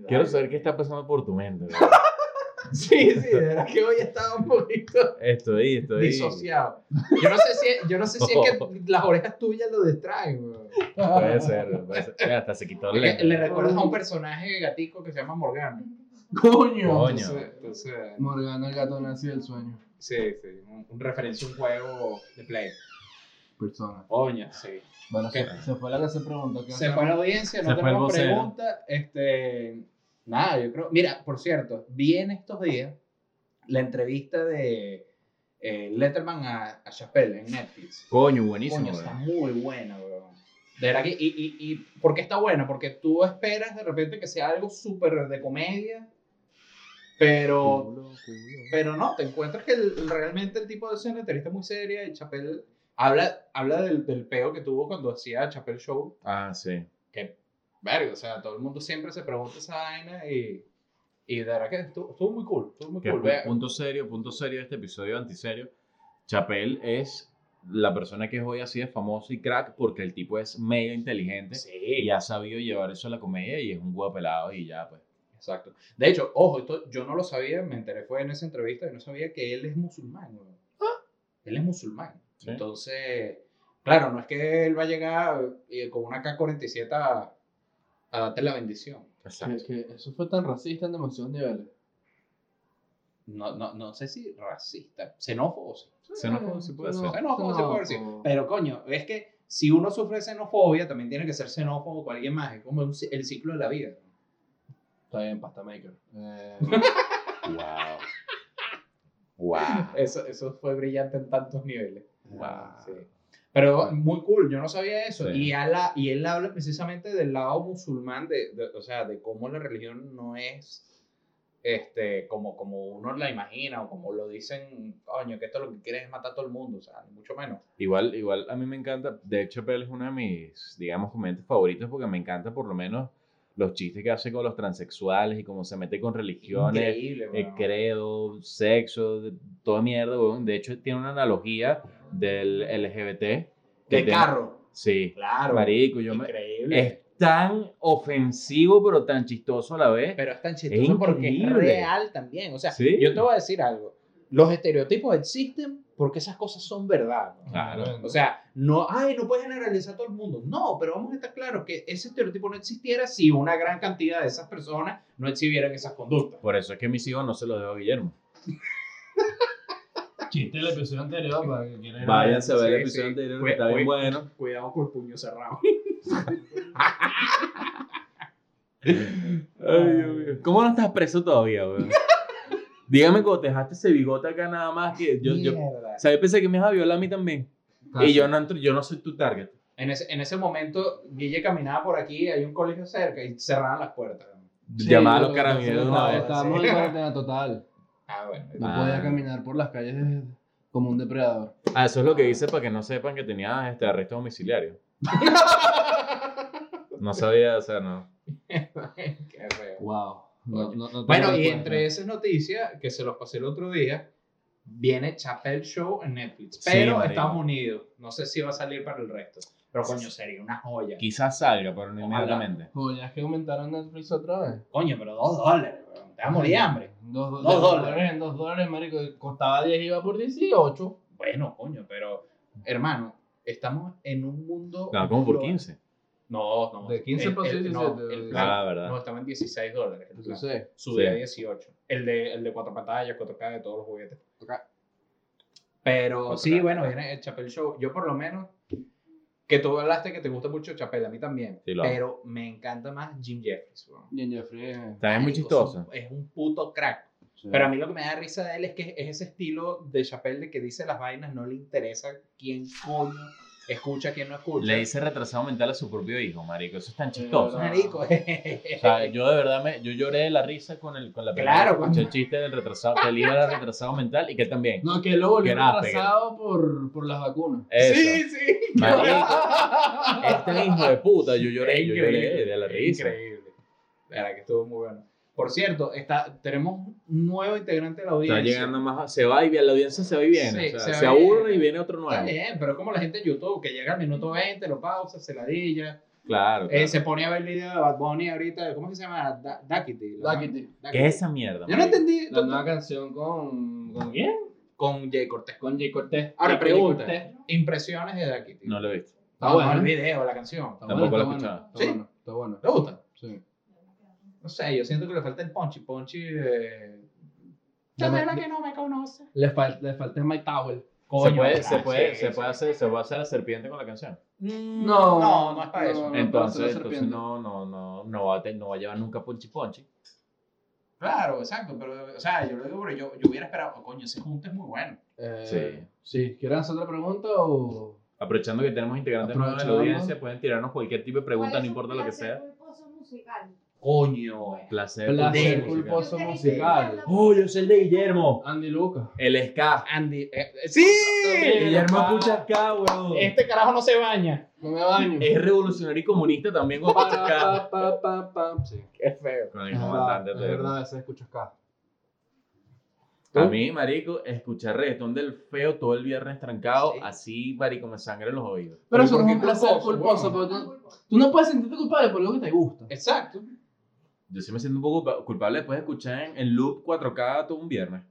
[SPEAKER 2] Quiero saber qué está pasando por tu mente. bro.
[SPEAKER 1] Sí, sí, de verdad que hoy estaba un poquito
[SPEAKER 2] Estoy, estoy.
[SPEAKER 1] disociado. Yo no sé si es, yo no sé si es que las orejas tuyas lo distraen, weón.
[SPEAKER 2] Puede ser, puede ser. Eh, Hasta se quitó el
[SPEAKER 1] Porque
[SPEAKER 2] lente.
[SPEAKER 1] Le recuerdas a un personaje de gatico que se llama Morgana.
[SPEAKER 3] Coño.
[SPEAKER 2] Coño.
[SPEAKER 1] Entonces, entonces,
[SPEAKER 3] Morgana el gato nació del sueño.
[SPEAKER 1] sí, sí, un, un referencia a un juego de Play.
[SPEAKER 3] Persona.
[SPEAKER 1] Coño, sí.
[SPEAKER 3] Bueno, se,
[SPEAKER 1] Ok.
[SPEAKER 3] se fue la que se preguntó. ¿qué
[SPEAKER 1] Se
[SPEAKER 3] hacemos?
[SPEAKER 1] fue la audiencia, no
[SPEAKER 2] Se fue el
[SPEAKER 1] tenemos
[SPEAKER 2] vocero.
[SPEAKER 1] preguntas. Este, nada, yo creo. Mira, por cierto, vi en estos días la entrevista de eh, Letterman a, a Chappelle en Netflix.
[SPEAKER 2] Coño, buenísimo.
[SPEAKER 1] Coño,
[SPEAKER 2] bro.
[SPEAKER 1] está muy buena, weón. De verdad que. Y, y, y, ¿Por qué está buena? Porque tú esperas de repente que sea algo súper de comedia, pero pero no, te encuentras que el- realmente el tipo de es una entrevista muy seria y Chappelle habla, habla del, del peo que tuvo cuando hacía Chappelle Show.
[SPEAKER 2] Ah, sí.
[SPEAKER 1] Verga, o sea, todo el mundo siempre se pregunta esa vaina y, y de verdad que estuvo, estuvo muy cool, estuvo muy
[SPEAKER 2] Que
[SPEAKER 1] cool.
[SPEAKER 2] pu-
[SPEAKER 1] Vea,
[SPEAKER 2] punto serio, punto serio de este episodio antiserio. Chapel es la persona que es hoy así de famoso y crack porque el tipo es medio inteligente
[SPEAKER 1] Sí,
[SPEAKER 2] y ha sabido llevar eso a la comedia y es un huevo pelado y ya, pues.
[SPEAKER 1] exacto. De hecho, ojo, esto yo no lo sabía, me enteré fue en esa entrevista y no sabía que él es musulmán, weón. Él es musulmán.
[SPEAKER 2] Sí.
[SPEAKER 1] Entonces, claro, no es que él va a llegar eh, con una K-47 a, a darte la bendición.
[SPEAKER 3] Que- que eso fue tan racista en demasiados niveles.
[SPEAKER 1] no, no, no sé si racista, xenófobo, sí.
[SPEAKER 2] Xenófobo sí puede ser.
[SPEAKER 1] Xenófobo se puede decir.
[SPEAKER 3] Xenófobo.
[SPEAKER 1] Pero coño, es que si uno sufre xenofobia, también tiene que ser xenófobo con alguien más. Es como un ci- el ciclo de la vida.
[SPEAKER 3] Está bien, pasta maker. Eh,
[SPEAKER 2] Wow. Wow.
[SPEAKER 1] Eso, eso fue brillante en tantos niveles.
[SPEAKER 2] Wow.
[SPEAKER 1] Sí. Pero muy cool, yo no sabía eso.
[SPEAKER 2] Ah, Sí.
[SPEAKER 1] Y, ala- y él habla precisamente del lado musulmán, de, de- o sea, de cómo la religión no es este, como, como uno la imagina o como lo dicen, coño, que esto lo que quieren es matar a todo el mundo, o sea, ni mucho menos.
[SPEAKER 2] Igual, igual a mí me encanta. De hecho, Chappelle es uno de mis, digamos, comediantes favoritos porque me encanta por lo menos los chistes que hace con los transexuales y cómo se mete con religiones.
[SPEAKER 1] Increíble,
[SPEAKER 2] eh,
[SPEAKER 1] weón.
[SPEAKER 2] credo, sexo, de- toda mierda, weón. De hecho, tiene una analogía del LGBT. que
[SPEAKER 1] De
[SPEAKER 2] tiene-
[SPEAKER 1] carro.
[SPEAKER 2] Sí,
[SPEAKER 1] Claro.
[SPEAKER 2] marico, yo me-
[SPEAKER 1] Increíble.
[SPEAKER 2] Es tan ofensivo, pero tan chistoso a la vez.
[SPEAKER 1] Pero es tan chistoso porque es
[SPEAKER 2] increíble.
[SPEAKER 1] real también. O sea,
[SPEAKER 2] Sí.
[SPEAKER 1] yo te voy a decir algo. Los estereotipos existen porque esas cosas son verdad. ¿no?
[SPEAKER 2] Claro.
[SPEAKER 1] O sea, no, ay, no puedes generalizar a todo el mundo. No, pero vamos a estar claros que ese estereotipo no existiera si una gran cantidad de esas personas no exhibieran esas conductas.
[SPEAKER 2] Por eso es que mis hijos no se los debo a Guillermo.
[SPEAKER 3] Chiste del episodio anterior para que quieran.
[SPEAKER 2] Váyanse a ver el
[SPEAKER 1] Sí,
[SPEAKER 2] episodio
[SPEAKER 1] sí.
[SPEAKER 2] anterior,
[SPEAKER 1] Fue-
[SPEAKER 2] que está bien
[SPEAKER 1] fue-
[SPEAKER 2] bueno.
[SPEAKER 1] Cuidado con el puño cerrado.
[SPEAKER 2] Ay, Dios mío. ¿Cómo no estás preso todavía, weón? Dígame cuando te dejaste ese bigote acá nada más que yo, yo,
[SPEAKER 1] Mierda.
[SPEAKER 2] o sea, yo pensé que me ibas a violar a mí también.
[SPEAKER 3] Ah,
[SPEAKER 2] Y yo no entro, yo no soy tu target.
[SPEAKER 1] En ese, en ese momento, Guille caminaba por aquí, hay un colegio cerca y cerraban las puertas.
[SPEAKER 2] Llamaba a los
[SPEAKER 3] lo-
[SPEAKER 2] carabineros de
[SPEAKER 3] no,
[SPEAKER 2] una vez.
[SPEAKER 3] Estábamos en cuarentena total.
[SPEAKER 1] Ah, bueno.
[SPEAKER 3] No
[SPEAKER 2] Ah.
[SPEAKER 3] podía caminar por las calles como un depredador.
[SPEAKER 2] Ah, eso es lo que hice para que no sepan que tenía este arresto domiciliario. No sabía, o sea, no.
[SPEAKER 1] Qué feo.
[SPEAKER 3] Wow.
[SPEAKER 1] Coño. Bueno, y entre esas noticias, que se los pasé el otro día, viene Chappelle Show en Netflix.
[SPEAKER 2] Sí,
[SPEAKER 1] Pero
[SPEAKER 2] marico.
[SPEAKER 1] Estados Unidos. No sé si va a salir para el resto. Pero coño, sería una joya.
[SPEAKER 2] Quizás salga, pero no
[SPEAKER 1] Ojalá.
[SPEAKER 2] inmediatamente.
[SPEAKER 3] Joyas que aumentaron Netflix otra vez.
[SPEAKER 1] Coño, pero dos dólares. weón. Te vas a morir de hambre.
[SPEAKER 3] Dos, do-
[SPEAKER 1] Dos
[SPEAKER 3] dos
[SPEAKER 1] dólares.
[SPEAKER 3] dólares. Dos dólares, marico. Costaba 10 iba por 18.
[SPEAKER 1] Bueno, coño, pero hermano, estamos en un mundo.
[SPEAKER 2] No, como por
[SPEAKER 1] global.
[SPEAKER 2] 15.
[SPEAKER 1] No, no.
[SPEAKER 3] De 15
[SPEAKER 1] el-
[SPEAKER 3] pasó
[SPEAKER 1] el-
[SPEAKER 3] 17,
[SPEAKER 1] No, el
[SPEAKER 3] eh.
[SPEAKER 1] plan-
[SPEAKER 2] Ah, verdad.
[SPEAKER 1] no, estaba en 16 dólares. el plan.
[SPEAKER 3] Entonces,
[SPEAKER 1] Subí a
[SPEAKER 2] Sí.
[SPEAKER 1] 18. El de, el de cuatro pantallas, 4K, de todos los juguetes.
[SPEAKER 3] Ok.
[SPEAKER 1] Pero
[SPEAKER 2] Cuatro
[SPEAKER 1] sí,
[SPEAKER 2] K.
[SPEAKER 1] bueno, viene el Chapel Show. Yo por lo menos, que tú hablaste que te gusta mucho Chapel, a mí también.
[SPEAKER 2] Sí, lo amo.
[SPEAKER 1] pero me encanta más Jim Jeffries. weón.
[SPEAKER 3] y en Jeffrey. eh,
[SPEAKER 2] También es muy
[SPEAKER 1] Marico,
[SPEAKER 2] chistoso.
[SPEAKER 1] Es un, es un puto crack.
[SPEAKER 3] sí.
[SPEAKER 1] Pero a mí lo que me da risa de él es que es ese estilo de Chappelle de que dice las vainas, no le interesa quién coño escucha, quién no escucha.
[SPEAKER 2] Le hice retrasado mental a su propio hijo, marico. Eso es tan chistoso.
[SPEAKER 3] verdad.
[SPEAKER 1] Marico.
[SPEAKER 2] O sea, yo de verdad me, yo lloré de la risa con el con la primera
[SPEAKER 1] Claro,
[SPEAKER 2] vez que escuché el chiste del retrasado, que el hijo era retrasado mental y que él también.
[SPEAKER 3] No, que lo volvió
[SPEAKER 2] Que nada,
[SPEAKER 3] retrasado por, por las vacunas.
[SPEAKER 2] Eso.
[SPEAKER 1] Sí, sí.
[SPEAKER 2] Marico, es tan hijo de puta, yo lloré, yo lloré de la
[SPEAKER 1] es
[SPEAKER 2] risa.
[SPEAKER 1] Increíble. La verdad que estuvo muy bueno. Por cierto, está, tenemos un nuevo integrante de la audiencia.
[SPEAKER 2] Está llegando más, a- se va y la audiencia se va y viene,
[SPEAKER 1] Sí,
[SPEAKER 2] o
[SPEAKER 1] se
[SPEAKER 2] sea, se,
[SPEAKER 1] va y
[SPEAKER 2] aburre
[SPEAKER 1] viene.
[SPEAKER 2] y viene otro
[SPEAKER 1] Está
[SPEAKER 2] nuevo.
[SPEAKER 1] bien, pero es como la gente de YouTube, que llega al minuto 20, lo pausa, se ladilla.
[SPEAKER 2] Claro.
[SPEAKER 1] Eh,
[SPEAKER 2] claro.
[SPEAKER 1] se pone a ver el video de Bad Bunny ahorita. ¿Cómo es que se llama? Da- Duckity. la-
[SPEAKER 3] Duckity.
[SPEAKER 2] ¿Qué es esa mierda?
[SPEAKER 1] Yo no
[SPEAKER 2] marico?
[SPEAKER 1] entendí.
[SPEAKER 3] La nueva canción con. ¿Con quién?
[SPEAKER 1] Con Jay Cortés.
[SPEAKER 3] Con J. Cortés.
[SPEAKER 1] Ahora
[SPEAKER 3] J.
[SPEAKER 1] pregunta,
[SPEAKER 3] Cortés.
[SPEAKER 1] impresiones de Duckity.
[SPEAKER 2] No lo he visto.
[SPEAKER 3] Está
[SPEAKER 1] No,
[SPEAKER 3] bueno,
[SPEAKER 1] no, el
[SPEAKER 3] ¿eh?
[SPEAKER 1] video, la canción.
[SPEAKER 3] Está
[SPEAKER 2] Tampoco
[SPEAKER 3] bueno,
[SPEAKER 2] la he
[SPEAKER 3] está
[SPEAKER 2] escuchado.
[SPEAKER 3] bueno,
[SPEAKER 1] ¿Sí?
[SPEAKER 3] Está bueno, está
[SPEAKER 1] ¿Te gusta?
[SPEAKER 3] bueno. Sí.
[SPEAKER 1] No sé, yo siento que le falta el punchy. Punchy eh...
[SPEAKER 3] Ya me-
[SPEAKER 1] que no me conoce.
[SPEAKER 3] Le, fal le falta el Mike Tower.
[SPEAKER 2] se puede, se
[SPEAKER 1] gracias.
[SPEAKER 2] puede, se puede hacer, se puede hacer la serpiente con la canción.
[SPEAKER 1] Mm, No, no, no es para eso.
[SPEAKER 3] No, no, pero
[SPEAKER 2] Entonces,
[SPEAKER 3] hacer la
[SPEAKER 2] entonces
[SPEAKER 3] serpiente.
[SPEAKER 2] no, no, no, no va a, te- no va a llevar nunca ponchi ponchi.
[SPEAKER 1] Claro, exacto. Pero, o sea, yo lo digo, pero yo, yo hubiera esperado. oh, coño, ese junte es muy bueno.
[SPEAKER 3] Eh, sí. ¿Quieren hacer otra pregunta o.?
[SPEAKER 2] Aprovechando que tenemos integrantes nuevos de la
[SPEAKER 3] Aprovechando.
[SPEAKER 2] audiencia, pueden tirarnos cualquier tipo de pregunta,
[SPEAKER 4] ¿Cuál
[SPEAKER 2] no
[SPEAKER 4] es
[SPEAKER 2] importa
[SPEAKER 4] su
[SPEAKER 2] lo que
[SPEAKER 4] placer
[SPEAKER 2] sea.
[SPEAKER 4] culposo musical?
[SPEAKER 1] Coño. eh.
[SPEAKER 2] Placer,
[SPEAKER 3] Placer culposo
[SPEAKER 2] culposo musical.
[SPEAKER 4] Yo te
[SPEAKER 3] musical.
[SPEAKER 4] dije,
[SPEAKER 2] Oh, yo soy el de Guillermo.
[SPEAKER 3] Andy Lucas.
[SPEAKER 2] El ska.
[SPEAKER 1] Andy. eh, eh, ¡Sí!
[SPEAKER 2] Guillermo
[SPEAKER 3] pa.
[SPEAKER 2] escucha ska, weón.
[SPEAKER 1] Este carajo no se baña.
[SPEAKER 3] No me baño.
[SPEAKER 2] Es revolucionario y comunista también con escucha
[SPEAKER 3] Pa,
[SPEAKER 2] ska.
[SPEAKER 3] pa, pa, pa. Sí.
[SPEAKER 1] Qué feo.
[SPEAKER 2] Con el
[SPEAKER 3] Es
[SPEAKER 2] comandante
[SPEAKER 3] verdad, Ah, es
[SPEAKER 2] de-
[SPEAKER 3] verdad, se escucha acá.
[SPEAKER 2] A mí, marico, escuchar reggaetón del feo todo el viernes trancado,
[SPEAKER 1] Sí.
[SPEAKER 2] así, marico, me sangran los oídos.
[SPEAKER 3] Pero eso
[SPEAKER 1] ¿por
[SPEAKER 3] no
[SPEAKER 1] qué
[SPEAKER 3] es un placer
[SPEAKER 1] culposo,
[SPEAKER 3] culposo,
[SPEAKER 1] weón?
[SPEAKER 3] porque tú, tú no puedes sentirte culpable por lo que te gusta.
[SPEAKER 1] Exacto.
[SPEAKER 2] Yo sí me siento un poco culpa- culpable después de escuchar en, en loop 4K todo un viernes.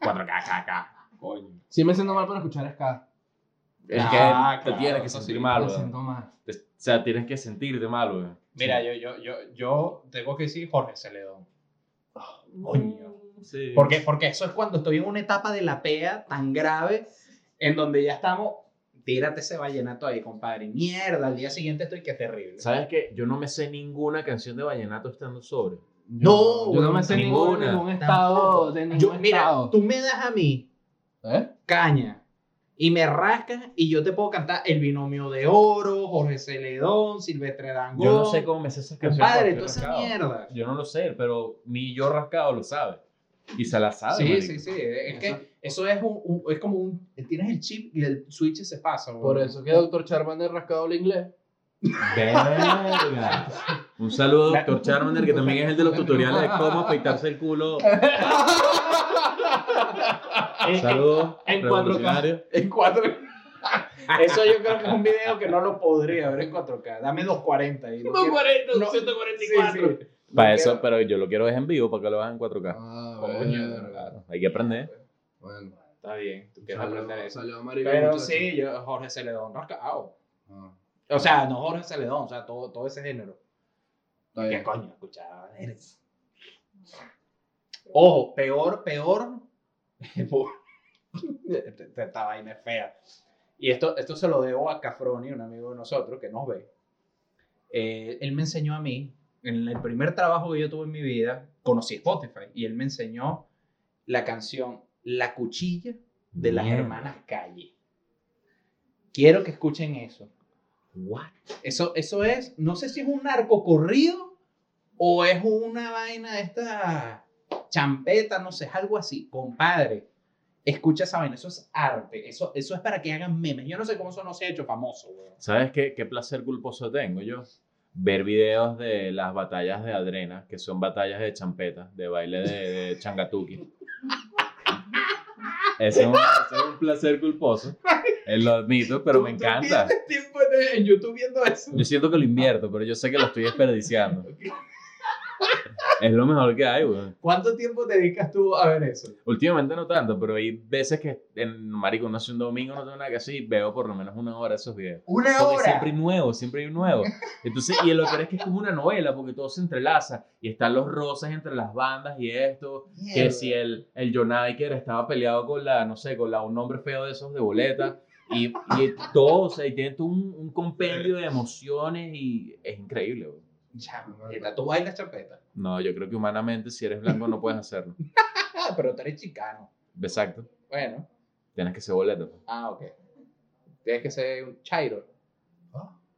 [SPEAKER 2] 4K, KK.
[SPEAKER 1] Coño.
[SPEAKER 3] Sí me siento mal por escuchar ska.
[SPEAKER 2] Es
[SPEAKER 1] Ah,
[SPEAKER 2] que te
[SPEAKER 1] claro,
[SPEAKER 2] tienes que
[SPEAKER 1] eso sí,
[SPEAKER 2] sentir
[SPEAKER 3] Me
[SPEAKER 2] mal, weón.
[SPEAKER 3] siento mal.
[SPEAKER 2] Te- O sea, tienes que sentirte mal, weón.
[SPEAKER 1] Mira, yo, yo, yo, yo tengo que decir Jorge Celedón. coño.
[SPEAKER 2] Sí.
[SPEAKER 1] Porque, porque eso es cuando estoy en una etapa de la pea tan grave en donde ya estamos. Tírate ese vallenato ahí, compadre. Mierda, al día siguiente estoy que terrible.
[SPEAKER 2] ¿Sabes qué? Yo no me sé ninguna canción de vallenato estando sobre.
[SPEAKER 1] No,
[SPEAKER 3] yo no me sé ningún,
[SPEAKER 2] ninguna.
[SPEAKER 3] ningún estado de ningún
[SPEAKER 1] Yo, mira,
[SPEAKER 3] estado.
[SPEAKER 1] tú me das a mí
[SPEAKER 3] ¿Eh?
[SPEAKER 1] caña y me rascas y yo te puedo cantar El Binomio de Oro, Jorge Celedón, Silvestre Dangón.
[SPEAKER 2] Yo no sé cómo me sé esas canciones.
[SPEAKER 1] Compadre,
[SPEAKER 2] porque
[SPEAKER 1] toda esa
[SPEAKER 2] rascado.
[SPEAKER 1] mierda.
[SPEAKER 2] Yo no lo sé, pero mi yo rascado lo sabe. Y se la sabe.
[SPEAKER 1] Sí,
[SPEAKER 2] marico.
[SPEAKER 1] sí, sí. Es que eso es, un, un- es como un. Tienes el chip y el switch se pasa. bro.
[SPEAKER 3] Por eso que Dr. Charmander rascado el inglés.
[SPEAKER 2] Verga. Un saludo a
[SPEAKER 1] La-
[SPEAKER 2] Dr. Charmander, que también es el de los tutoriales de cómo afeitarse el culo. Saludos.
[SPEAKER 3] en
[SPEAKER 2] revolucionario.
[SPEAKER 1] En 4K. Eso yo creo que es un video que no lo podría ver en 4K. Dame 240. Y no quiero-
[SPEAKER 3] 140,
[SPEAKER 1] No,
[SPEAKER 3] 144.
[SPEAKER 1] sí, sí.
[SPEAKER 2] Para
[SPEAKER 1] No
[SPEAKER 2] eso,
[SPEAKER 1] quiero-
[SPEAKER 2] pero yo lo quiero ver en vivo para que lo veas en 4K.
[SPEAKER 3] Ah,
[SPEAKER 1] Coño,
[SPEAKER 3] verga.
[SPEAKER 2] Hay que aprender.
[SPEAKER 3] Bueno,
[SPEAKER 1] Está bien, tú quieres aprender
[SPEAKER 3] salió,
[SPEAKER 1] eso.
[SPEAKER 3] salió marico.
[SPEAKER 1] Pero
[SPEAKER 3] muchacho.
[SPEAKER 1] sí, yo, Jorge Celedón, rascado.
[SPEAKER 3] Ah,
[SPEAKER 1] O sea, no Jorge Celedón, o sea, todo, todo ese género.
[SPEAKER 3] está
[SPEAKER 1] ¿Qué
[SPEAKER 3] bien.
[SPEAKER 1] coño? Escuchaba. eres. Ojo, peor, peor. Esta esta vaina es fea. Y esto, esto se lo debo a Cafroni, un amigo de nosotros que nos ve. Eh, él me enseñó a mí, en el primer trabajo que yo tuve en mi vida, conocí Spotify y él me enseñó la canción La Cuchilla de las
[SPEAKER 2] Mierda.
[SPEAKER 1] Hermanas Calle. Quiero que escuchen eso.
[SPEAKER 2] What?
[SPEAKER 1] Eso, eso es, no sé si es un narco corrido o es una vaina de esta champeta, no sé, es algo así, compadre. Escucha esa vaina, eso es arte, eso, eso es para que hagan memes. Yo no sé cómo eso no se ha hecho famoso, weón.
[SPEAKER 2] ¿Sabes qué, qué placer culposo tengo yo? Ver videos de las batallas de Adrena, que son batallas de champeta, de baile de, de changatuki. Ese es, un, ese es un placer culposo, eh, lo admito, pero me
[SPEAKER 1] Tú- tú
[SPEAKER 2] encanta.
[SPEAKER 1] pierdes tiempo en, en YouTube viendo eso.
[SPEAKER 2] Yo siento que lo invierto, pero yo sé que lo estoy desperdiciando. Es lo mejor que hay, weón.
[SPEAKER 1] ¿Cuánto tiempo te dedicas tú a ver eso?
[SPEAKER 2] Últimamente no tanto, pero hay veces que, en, marico, no sé, un domingo no tengo nada que hacer y veo por lo menos una hora esos videos.
[SPEAKER 1] Una
[SPEAKER 2] Porque
[SPEAKER 1] hora.
[SPEAKER 2] siempre hay nuevo, siempre hay nuevo. Entonces, y lo peor es que es como una novela, porque todo se entrelaza. Y están los roces entre las bandas y esto. Que
[SPEAKER 1] Mierda.
[SPEAKER 2] si el, el John Iker estaba peleado con la, no sé, con la, un hombre feo de esos de boleta. Y, y todo, o sea, y tiene todo un, un compendio de emociones y es increíble, güey.
[SPEAKER 1] Champeta, tú bailas champeta.
[SPEAKER 2] No, yo creo que humanamente, si eres blanco, no puedes hacerlo.
[SPEAKER 1] Ah, pero tú eres chicano.
[SPEAKER 2] Exacto.
[SPEAKER 1] Bueno,
[SPEAKER 2] Tienes que ser boleta. pues.
[SPEAKER 1] ah, ok. Tienes que ser un chairo.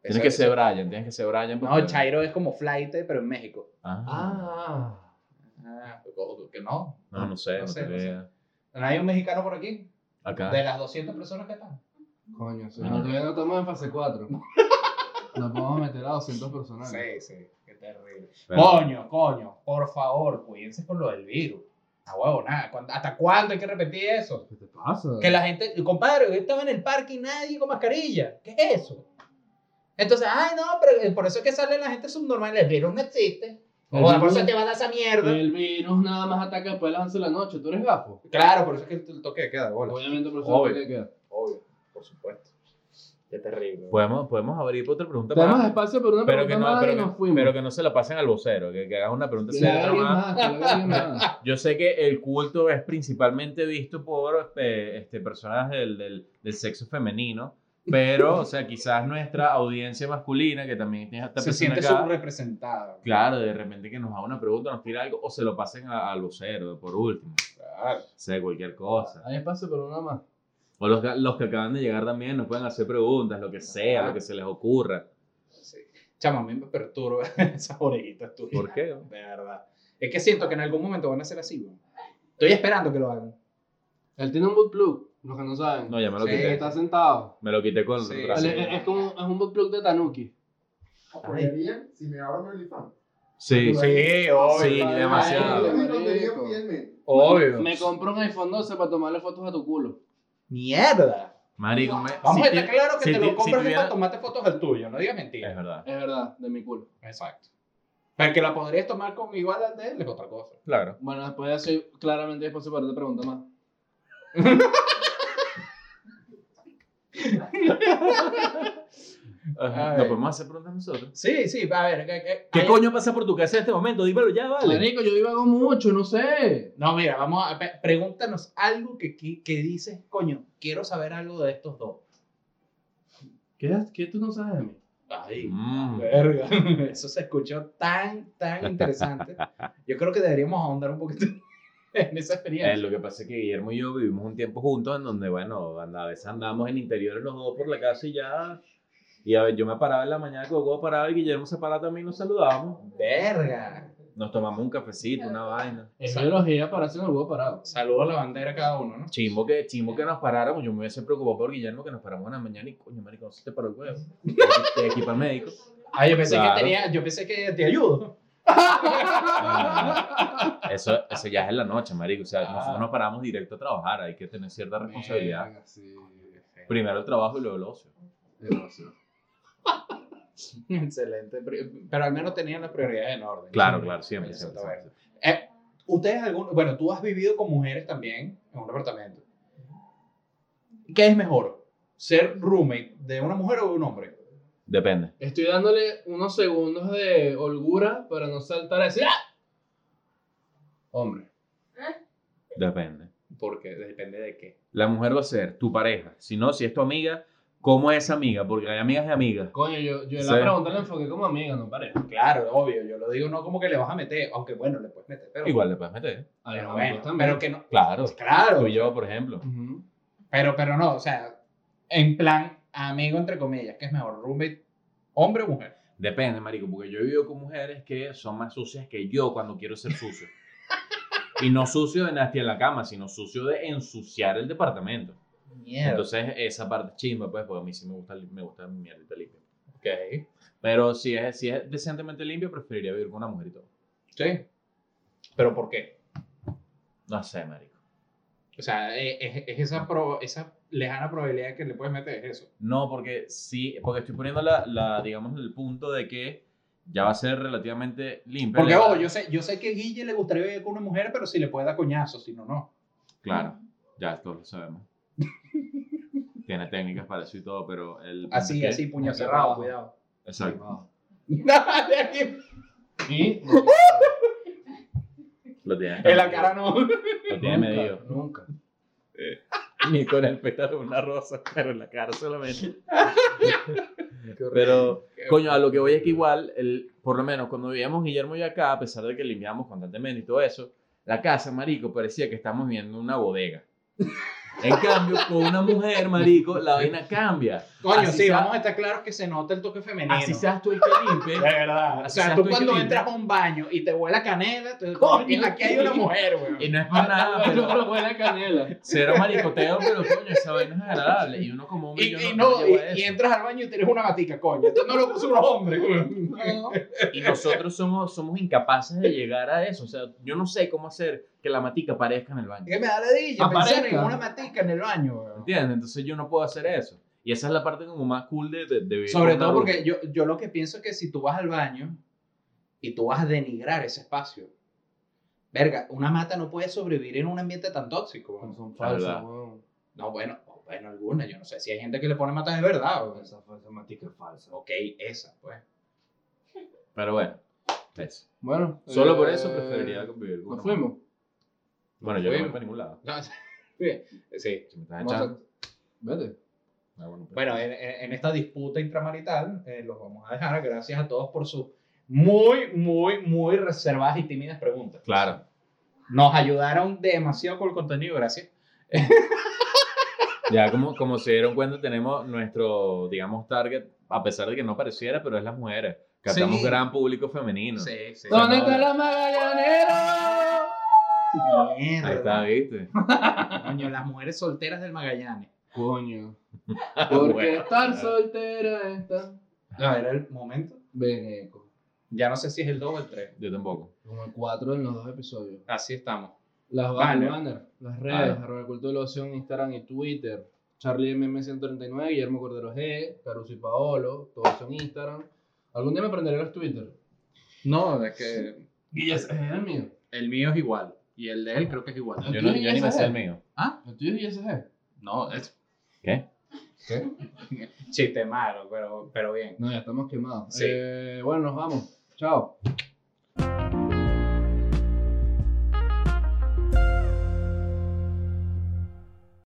[SPEAKER 2] Tienes
[SPEAKER 1] Eso-
[SPEAKER 2] que ser
[SPEAKER 1] eso-
[SPEAKER 2] Brian, tienes que ser Brian.
[SPEAKER 1] No,
[SPEAKER 2] porque-
[SPEAKER 1] chairo es como flight, pero en México.
[SPEAKER 2] Ah,
[SPEAKER 3] Ah.
[SPEAKER 1] Ah, o- o que no.
[SPEAKER 2] no, no sé,
[SPEAKER 1] No
[SPEAKER 2] no
[SPEAKER 1] sé,
[SPEAKER 2] tengo
[SPEAKER 1] no sé.
[SPEAKER 2] idea.
[SPEAKER 1] ¿No hay un mexicano por aquí?
[SPEAKER 2] Acá.
[SPEAKER 1] De las 200 personas que están.
[SPEAKER 3] Coño, si
[SPEAKER 2] Ah.
[SPEAKER 3] no, todavía no estamos en fase 4. Nos podemos meter a 200 personas.
[SPEAKER 1] Sí, sí, qué terrible.
[SPEAKER 2] Pero-
[SPEAKER 1] Coño, coño, por favor, cuídense con lo del virus. Ah, huevo, nada. ¿cuándo- ¿Hasta cuándo hay que repetir eso?
[SPEAKER 3] ¿Qué te pasa?
[SPEAKER 1] Que la gente, compadre, yo estaba en el parque y nadie con mascarilla. ¿Qué es eso? Entonces, ay, no, pero eh, por eso es que sale la gente subnormal. El virus no existe. O
[SPEAKER 3] El
[SPEAKER 1] por
[SPEAKER 3] virus-
[SPEAKER 1] eso te va a dar esa mierda.
[SPEAKER 3] El virus nada más ataca después de las 11 de la noche. ¿Tú eres gafo?
[SPEAKER 1] Claro, por eso es que el toque de queda, bola.
[SPEAKER 3] Obviamente, por
[SPEAKER 1] Obvio.
[SPEAKER 3] eso te queda.
[SPEAKER 1] Obvio, por supuesto. Qué terrible.
[SPEAKER 2] Podemos, podemos abrir para otra pregunta.
[SPEAKER 3] Tenemos
[SPEAKER 2] más?
[SPEAKER 3] espacio por una
[SPEAKER 2] pero
[SPEAKER 3] pregunta
[SPEAKER 2] que, no,
[SPEAKER 3] más
[SPEAKER 2] pero,
[SPEAKER 3] y
[SPEAKER 2] que,
[SPEAKER 3] nos fuimos.
[SPEAKER 2] pero que no se la pasen al vocero, que, que hagas una pregunta
[SPEAKER 3] Que
[SPEAKER 2] seria,
[SPEAKER 3] la hagan
[SPEAKER 2] nada
[SPEAKER 3] más,
[SPEAKER 2] más.
[SPEAKER 3] que la hagan más.
[SPEAKER 2] Yo sé que el culto es principalmente visto por este, este, personas del, del- del sexo femenino, pero, o sea, quizás nuestra audiencia masculina, que también tiene esta
[SPEAKER 1] Se
[SPEAKER 2] persona
[SPEAKER 1] siente
[SPEAKER 2] acá,
[SPEAKER 1] subrepresentada.
[SPEAKER 2] claro, de repente que nos haga una pregunta, nos tira algo, o se lo pasen a- al vocero, por último, o
[SPEAKER 1] Claro.
[SPEAKER 2] sea, cualquier cosa.
[SPEAKER 3] Hay espacio por una más.
[SPEAKER 2] O los, que- los que acaban de llegar también nos pueden hacer preguntas, lo que
[SPEAKER 1] Ah.
[SPEAKER 2] sea, lo que se les ocurra.
[SPEAKER 1] Sí. Chama, a mí me perturba esas orejitas tuyas.
[SPEAKER 2] ¿Por qué?
[SPEAKER 1] De verdad. Es que siento que en algún momento van a ser así, weón. Estoy esperando que lo hagan.
[SPEAKER 3] Él tiene un boot plug, los que no saben.
[SPEAKER 2] No, ya me lo
[SPEAKER 1] Sí.
[SPEAKER 3] Que
[SPEAKER 2] quité.
[SPEAKER 3] está sentado.
[SPEAKER 2] Me lo quité con
[SPEAKER 1] Sí.
[SPEAKER 2] el
[SPEAKER 3] Él
[SPEAKER 2] brazo.
[SPEAKER 3] es, es como es un boot plug de Tanuki.
[SPEAKER 7] ¿Apoyarían si me abro un OnlyFans?
[SPEAKER 2] Sí,
[SPEAKER 1] Sí,
[SPEAKER 2] Sí,
[SPEAKER 3] Ay, ay,
[SPEAKER 2] demasiado.
[SPEAKER 7] Ay, no, me
[SPEAKER 3] marico.
[SPEAKER 7] digan fielmente.
[SPEAKER 1] Obvio.
[SPEAKER 3] Me compró un iPhone 12 para tomarle fotos a tu culo.
[SPEAKER 1] Mierda.
[SPEAKER 2] Marico, me-
[SPEAKER 1] Vamos
[SPEAKER 2] si
[SPEAKER 1] a estar
[SPEAKER 2] ti-
[SPEAKER 1] claro que
[SPEAKER 2] si
[SPEAKER 1] te
[SPEAKER 2] ti-
[SPEAKER 1] lo
[SPEAKER 2] si
[SPEAKER 1] compras es
[SPEAKER 2] tuviera-
[SPEAKER 1] para tomarte fotos del tuyo, no digas
[SPEAKER 2] Es
[SPEAKER 1] mentiras.
[SPEAKER 2] verdad.
[SPEAKER 3] Es verdad, de mi culo.
[SPEAKER 1] Exacto. Pero que la podrías tomar con igual al de él es otra cosa.
[SPEAKER 2] Claro.
[SPEAKER 3] Bueno, después de eso, yo- claramente hay espacio para otra pregunta más.
[SPEAKER 2] Ajá.
[SPEAKER 1] Ay.
[SPEAKER 2] Nos podemos hacer preguntas nosotros.
[SPEAKER 1] Sí, sí, a ver. que- que-
[SPEAKER 2] ¿Qué
[SPEAKER 1] hay-
[SPEAKER 2] coño pasa por tu casa en este momento? Dímelo ya, vale.
[SPEAKER 3] Marico, yo divago mucho, no sé.
[SPEAKER 1] No, mira, vamos a. pe- Pregúntanos algo que, que, que dices, coño, quiero saber algo de estos dos.
[SPEAKER 3] ¿Qué, qué tú no sabes de mí?
[SPEAKER 1] Ay,
[SPEAKER 2] Mm.
[SPEAKER 1] verga. Eso se escuchó tan, tan interesante. Yo creo que deberíamos ahondar un poquito en esa
[SPEAKER 2] Eh,
[SPEAKER 1] experiencia.
[SPEAKER 2] lo que pasa es que Guillermo y yo vivimos un tiempo juntos en donde, bueno, anda- a veces andábamos en interiores los dos por la casa y ya. Y a ver, yo me paraba en la mañana, Coco paraba y Guillermo se paraba también y nos saludábamos.
[SPEAKER 1] Verga.
[SPEAKER 2] Nos tomamos un cafecito, una vaina.
[SPEAKER 3] Es biología para hacer el huevo parado.
[SPEAKER 1] Saludo a la bandera cada uno, ¿no?
[SPEAKER 2] Chimbo que, chimbo que nos paráramos. Yo me hubiese preocupado por Guillermo que nos paramos en la mañana y, coño, marico, no se te paró el huevo. Te equipa el médico.
[SPEAKER 1] Ah, yo pensé
[SPEAKER 2] Claro.
[SPEAKER 1] que tenía, yo pensé que te ayudo.
[SPEAKER 2] Ah, Eso, eso ya es en la noche, marico. O sea,
[SPEAKER 1] Ah.
[SPEAKER 2] nosotros nos paramos directo a trabajar. Hay que tener cierta responsabilidad.
[SPEAKER 3] Verga, Sí.
[SPEAKER 2] Primero el trabajo y luego el ocio.
[SPEAKER 3] Demasiado.
[SPEAKER 1] Excelente, pri- pero al menos tenían las prioridades en orden.
[SPEAKER 2] Claro, claro, siempre,
[SPEAKER 1] Eso
[SPEAKER 2] siempre.
[SPEAKER 1] está
[SPEAKER 2] siempre, siempre.
[SPEAKER 1] Eh, Ustedes, algún, bueno, tú has vivido con mujeres también en un apartamento. ¿Qué es mejor? ¿Ser roommate de una mujer o de un hombre?
[SPEAKER 2] Depende.
[SPEAKER 3] Estoy dándole unos segundos de holgura para no saltar a decir ¡Ah! Hombre.
[SPEAKER 2] Depende.
[SPEAKER 1] Porque depende de qué.
[SPEAKER 2] La mujer va a ser tu pareja. Si no, si es tu amiga, ¿cómo es esa amiga? Porque hay amigas de amigas.
[SPEAKER 3] Coño, yo, yo
[SPEAKER 2] Sí.
[SPEAKER 3] la pregunta la enfoqué como amiga, no pareja.
[SPEAKER 1] Claro, obvio, yo lo digo no como que le vas a meter, aunque bueno, le puedes meter, pero,
[SPEAKER 2] Igual le puedes meter.
[SPEAKER 3] A
[SPEAKER 1] pero bueno,
[SPEAKER 3] los amigos pues, también.
[SPEAKER 1] pero que no.
[SPEAKER 2] Claro. Tú
[SPEAKER 1] Claro,
[SPEAKER 2] y Pues yo, por ejemplo.
[SPEAKER 3] Ujú.
[SPEAKER 1] pero, pero no, o sea, en plan amigo entre comillas, ¿qué es mejor, roommate, hombre o mujer?
[SPEAKER 2] Depende, marico, porque yo he vivido con mujeres que son más sucias que yo cuando quiero ser sucio. Y no sucio de nasty en la cama, sino sucio de ensuciar el departamento.
[SPEAKER 1] Mierda.
[SPEAKER 2] Entonces, esa parte es chimba, pues, porque a mí sí me gusta, li- me gusta mi mierdita limpia.
[SPEAKER 1] Ok.
[SPEAKER 2] Pero si es, si es decentemente limpia, preferiría vivir con una mujer y todo.
[SPEAKER 1] Sí. Pero ¿por qué?
[SPEAKER 2] No sé, marico.
[SPEAKER 1] O sea, eh, es, es esa, pro- esa lejana probabilidad que le puedes meter es eso.
[SPEAKER 2] No, porque sí, porque estoy poniendo la, la, digamos, el punto de que ya va a ser relativamente limpia.
[SPEAKER 1] Porque,
[SPEAKER 2] La-
[SPEAKER 1] ojo, yo sé, yo sé que Guille le gustaría vivir con una mujer, pero si le puede dar coñazo, si no, no.
[SPEAKER 2] Claro, ya todos lo sabemos. Tiene técnicas para eso y todo, pero el punto es
[SPEAKER 1] Así,
[SPEAKER 2] que-
[SPEAKER 1] así, puño
[SPEAKER 8] Aquí
[SPEAKER 1] cerrado,
[SPEAKER 8] abajo.
[SPEAKER 1] cuidado.
[SPEAKER 2] Exacto.
[SPEAKER 1] Dale, aquí.
[SPEAKER 3] Y
[SPEAKER 2] Lo tiene.
[SPEAKER 1] En la cara no.
[SPEAKER 2] Lo tiene medido.
[SPEAKER 3] Nunca.
[SPEAKER 2] Ni con el pétalo de una rosa, pero en la cara solamente.
[SPEAKER 3] Qué horrible.
[SPEAKER 2] Pero, coño, a lo que voy es que igual, el, por lo menos cuando vivíamos Guillermo y yo acá, a pesar de que limpiamos constantemente y todo eso, la casa, marico, parecía que estamos viendo una bodega. En cambio, con una mujer, marico, la vaina cambia.
[SPEAKER 1] Coño,
[SPEAKER 2] Así
[SPEAKER 1] sí,
[SPEAKER 2] sea-
[SPEAKER 1] vamos a estar claros que se nota el toque femenino.
[SPEAKER 2] Así seas tú el que limpie,
[SPEAKER 1] De verdad. O
[SPEAKER 2] Así
[SPEAKER 1] sea,
[SPEAKER 2] seas
[SPEAKER 1] tú
[SPEAKER 2] tú
[SPEAKER 1] cuando
[SPEAKER 2] que
[SPEAKER 1] entras a un baño y te huele a canela, tú dices,
[SPEAKER 2] Coño,
[SPEAKER 1] "Coño, aquí hay una mujer,
[SPEAKER 2] Y
[SPEAKER 1] güey.
[SPEAKER 2] no es para
[SPEAKER 1] Ah,
[SPEAKER 2] nada,
[SPEAKER 3] Bueno,
[SPEAKER 2] pero
[SPEAKER 3] pero buena canela.
[SPEAKER 2] Cero maricoteo, pero coño, esa vaina es agradable. Y uno como
[SPEAKER 1] Y,
[SPEAKER 2] hombre, yo
[SPEAKER 1] y
[SPEAKER 2] no,
[SPEAKER 1] no,
[SPEAKER 2] me
[SPEAKER 1] y,
[SPEAKER 2] llevo a
[SPEAKER 1] y
[SPEAKER 2] eso.
[SPEAKER 1] entras al baño y tienes una gatica, coño. Esto no lo puso un hombre, güey.
[SPEAKER 2] Y nosotros somos, somos incapaces de llegar a eso. O sea, yo no sé cómo hacer que la matica aparezca en el baño.
[SPEAKER 1] ¿Qué me da la dilla?
[SPEAKER 3] Aparezca.
[SPEAKER 1] Pensar en una matica en el baño, güey.
[SPEAKER 2] ¿Entiendes? Entonces yo no puedo hacer eso. Y esa es la parte como más cool de, de, de vivir
[SPEAKER 1] Sobre
[SPEAKER 2] con
[SPEAKER 1] todo
[SPEAKER 2] Naruto.
[SPEAKER 1] porque yo, yo lo que pienso es que si tú vas al baño y tú vas a denigrar ese espacio, verga, una mata no puede sobrevivir en un ambiente tan tóxico. güey.
[SPEAKER 3] Son
[SPEAKER 2] verdad.
[SPEAKER 3] falsas, weón.
[SPEAKER 1] No, bueno, o bueno, alguna, yo no sé si hay gente que le pone matas de verdad. güey.
[SPEAKER 3] Esa falsa matica es falsa.
[SPEAKER 1] Ok, esa, pues.
[SPEAKER 2] Pero bueno, eso.
[SPEAKER 3] Bueno.
[SPEAKER 2] Solo por
[SPEAKER 3] eh,
[SPEAKER 2] eso preferiría vivir
[SPEAKER 3] Nos
[SPEAKER 2] con una
[SPEAKER 3] fuimos.
[SPEAKER 2] mujer. Bueno, yo no voy
[SPEAKER 1] fuimos.
[SPEAKER 2] para ningún lado.
[SPEAKER 1] No, sí, sí.
[SPEAKER 2] Si me estás
[SPEAKER 3] Vamos a-
[SPEAKER 2] echando.
[SPEAKER 3] Vete.
[SPEAKER 2] Ah, bueno, pues.
[SPEAKER 1] Bueno, en, en- en esta disputa intramarital eh, los vamos a dejar. Gracias a todos por sus muy, muy, muy reservadas y tímidas preguntas.
[SPEAKER 2] Claro.
[SPEAKER 1] Nos ayudaron demasiado con el contenido, gracias.
[SPEAKER 2] Ya como, como se dieron cuenta, tenemos nuestro, digamos, target, a pesar de que no pareciera, pero es las mujeres. Captamos
[SPEAKER 1] Sí.
[SPEAKER 2] gran público femenino.
[SPEAKER 1] Sí, sí.
[SPEAKER 3] ¿Dónde
[SPEAKER 2] no,
[SPEAKER 3] está
[SPEAKER 2] no.
[SPEAKER 3] la magallanera?
[SPEAKER 2] Ahí está, ¿viste?
[SPEAKER 1] Coño, las mujeres solteras del Magallanes.
[SPEAKER 3] Coño. Porque
[SPEAKER 2] Bueno.
[SPEAKER 3] estar soltera está.
[SPEAKER 1] No, Ah, era el momento.
[SPEAKER 3] Veneco.
[SPEAKER 1] Ya no sé si es el 2 o el 3.
[SPEAKER 2] Yo tampoco.
[SPEAKER 3] Como el 4 en los dos episodios.
[SPEAKER 1] Así estamos.
[SPEAKER 3] Las
[SPEAKER 1] Vale.
[SPEAKER 3] banner, banner, las redes,
[SPEAKER 2] Vale.
[SPEAKER 3] arroba el culto de la opción, Instagram y Twitter. Charlie MM139, Guillermo Cordero G, Caruso y Paolo, todos son Instagram. Algún día me aprenderé los Twitter.
[SPEAKER 1] No, es que
[SPEAKER 3] Guillermo es el mío.
[SPEAKER 1] el mío es igual. Y el de él creo que es igual.
[SPEAKER 2] Yo, no, yo ni me sé el mío.
[SPEAKER 3] ¿El tuyo es ISG?
[SPEAKER 1] No, es...
[SPEAKER 2] ¿Qué?
[SPEAKER 3] ¿Qué?
[SPEAKER 1] Chiste malo, pero, pero bien.
[SPEAKER 3] No, ya estamos quemados.
[SPEAKER 1] Sí.
[SPEAKER 3] Eh, bueno, nos vamos. Chao.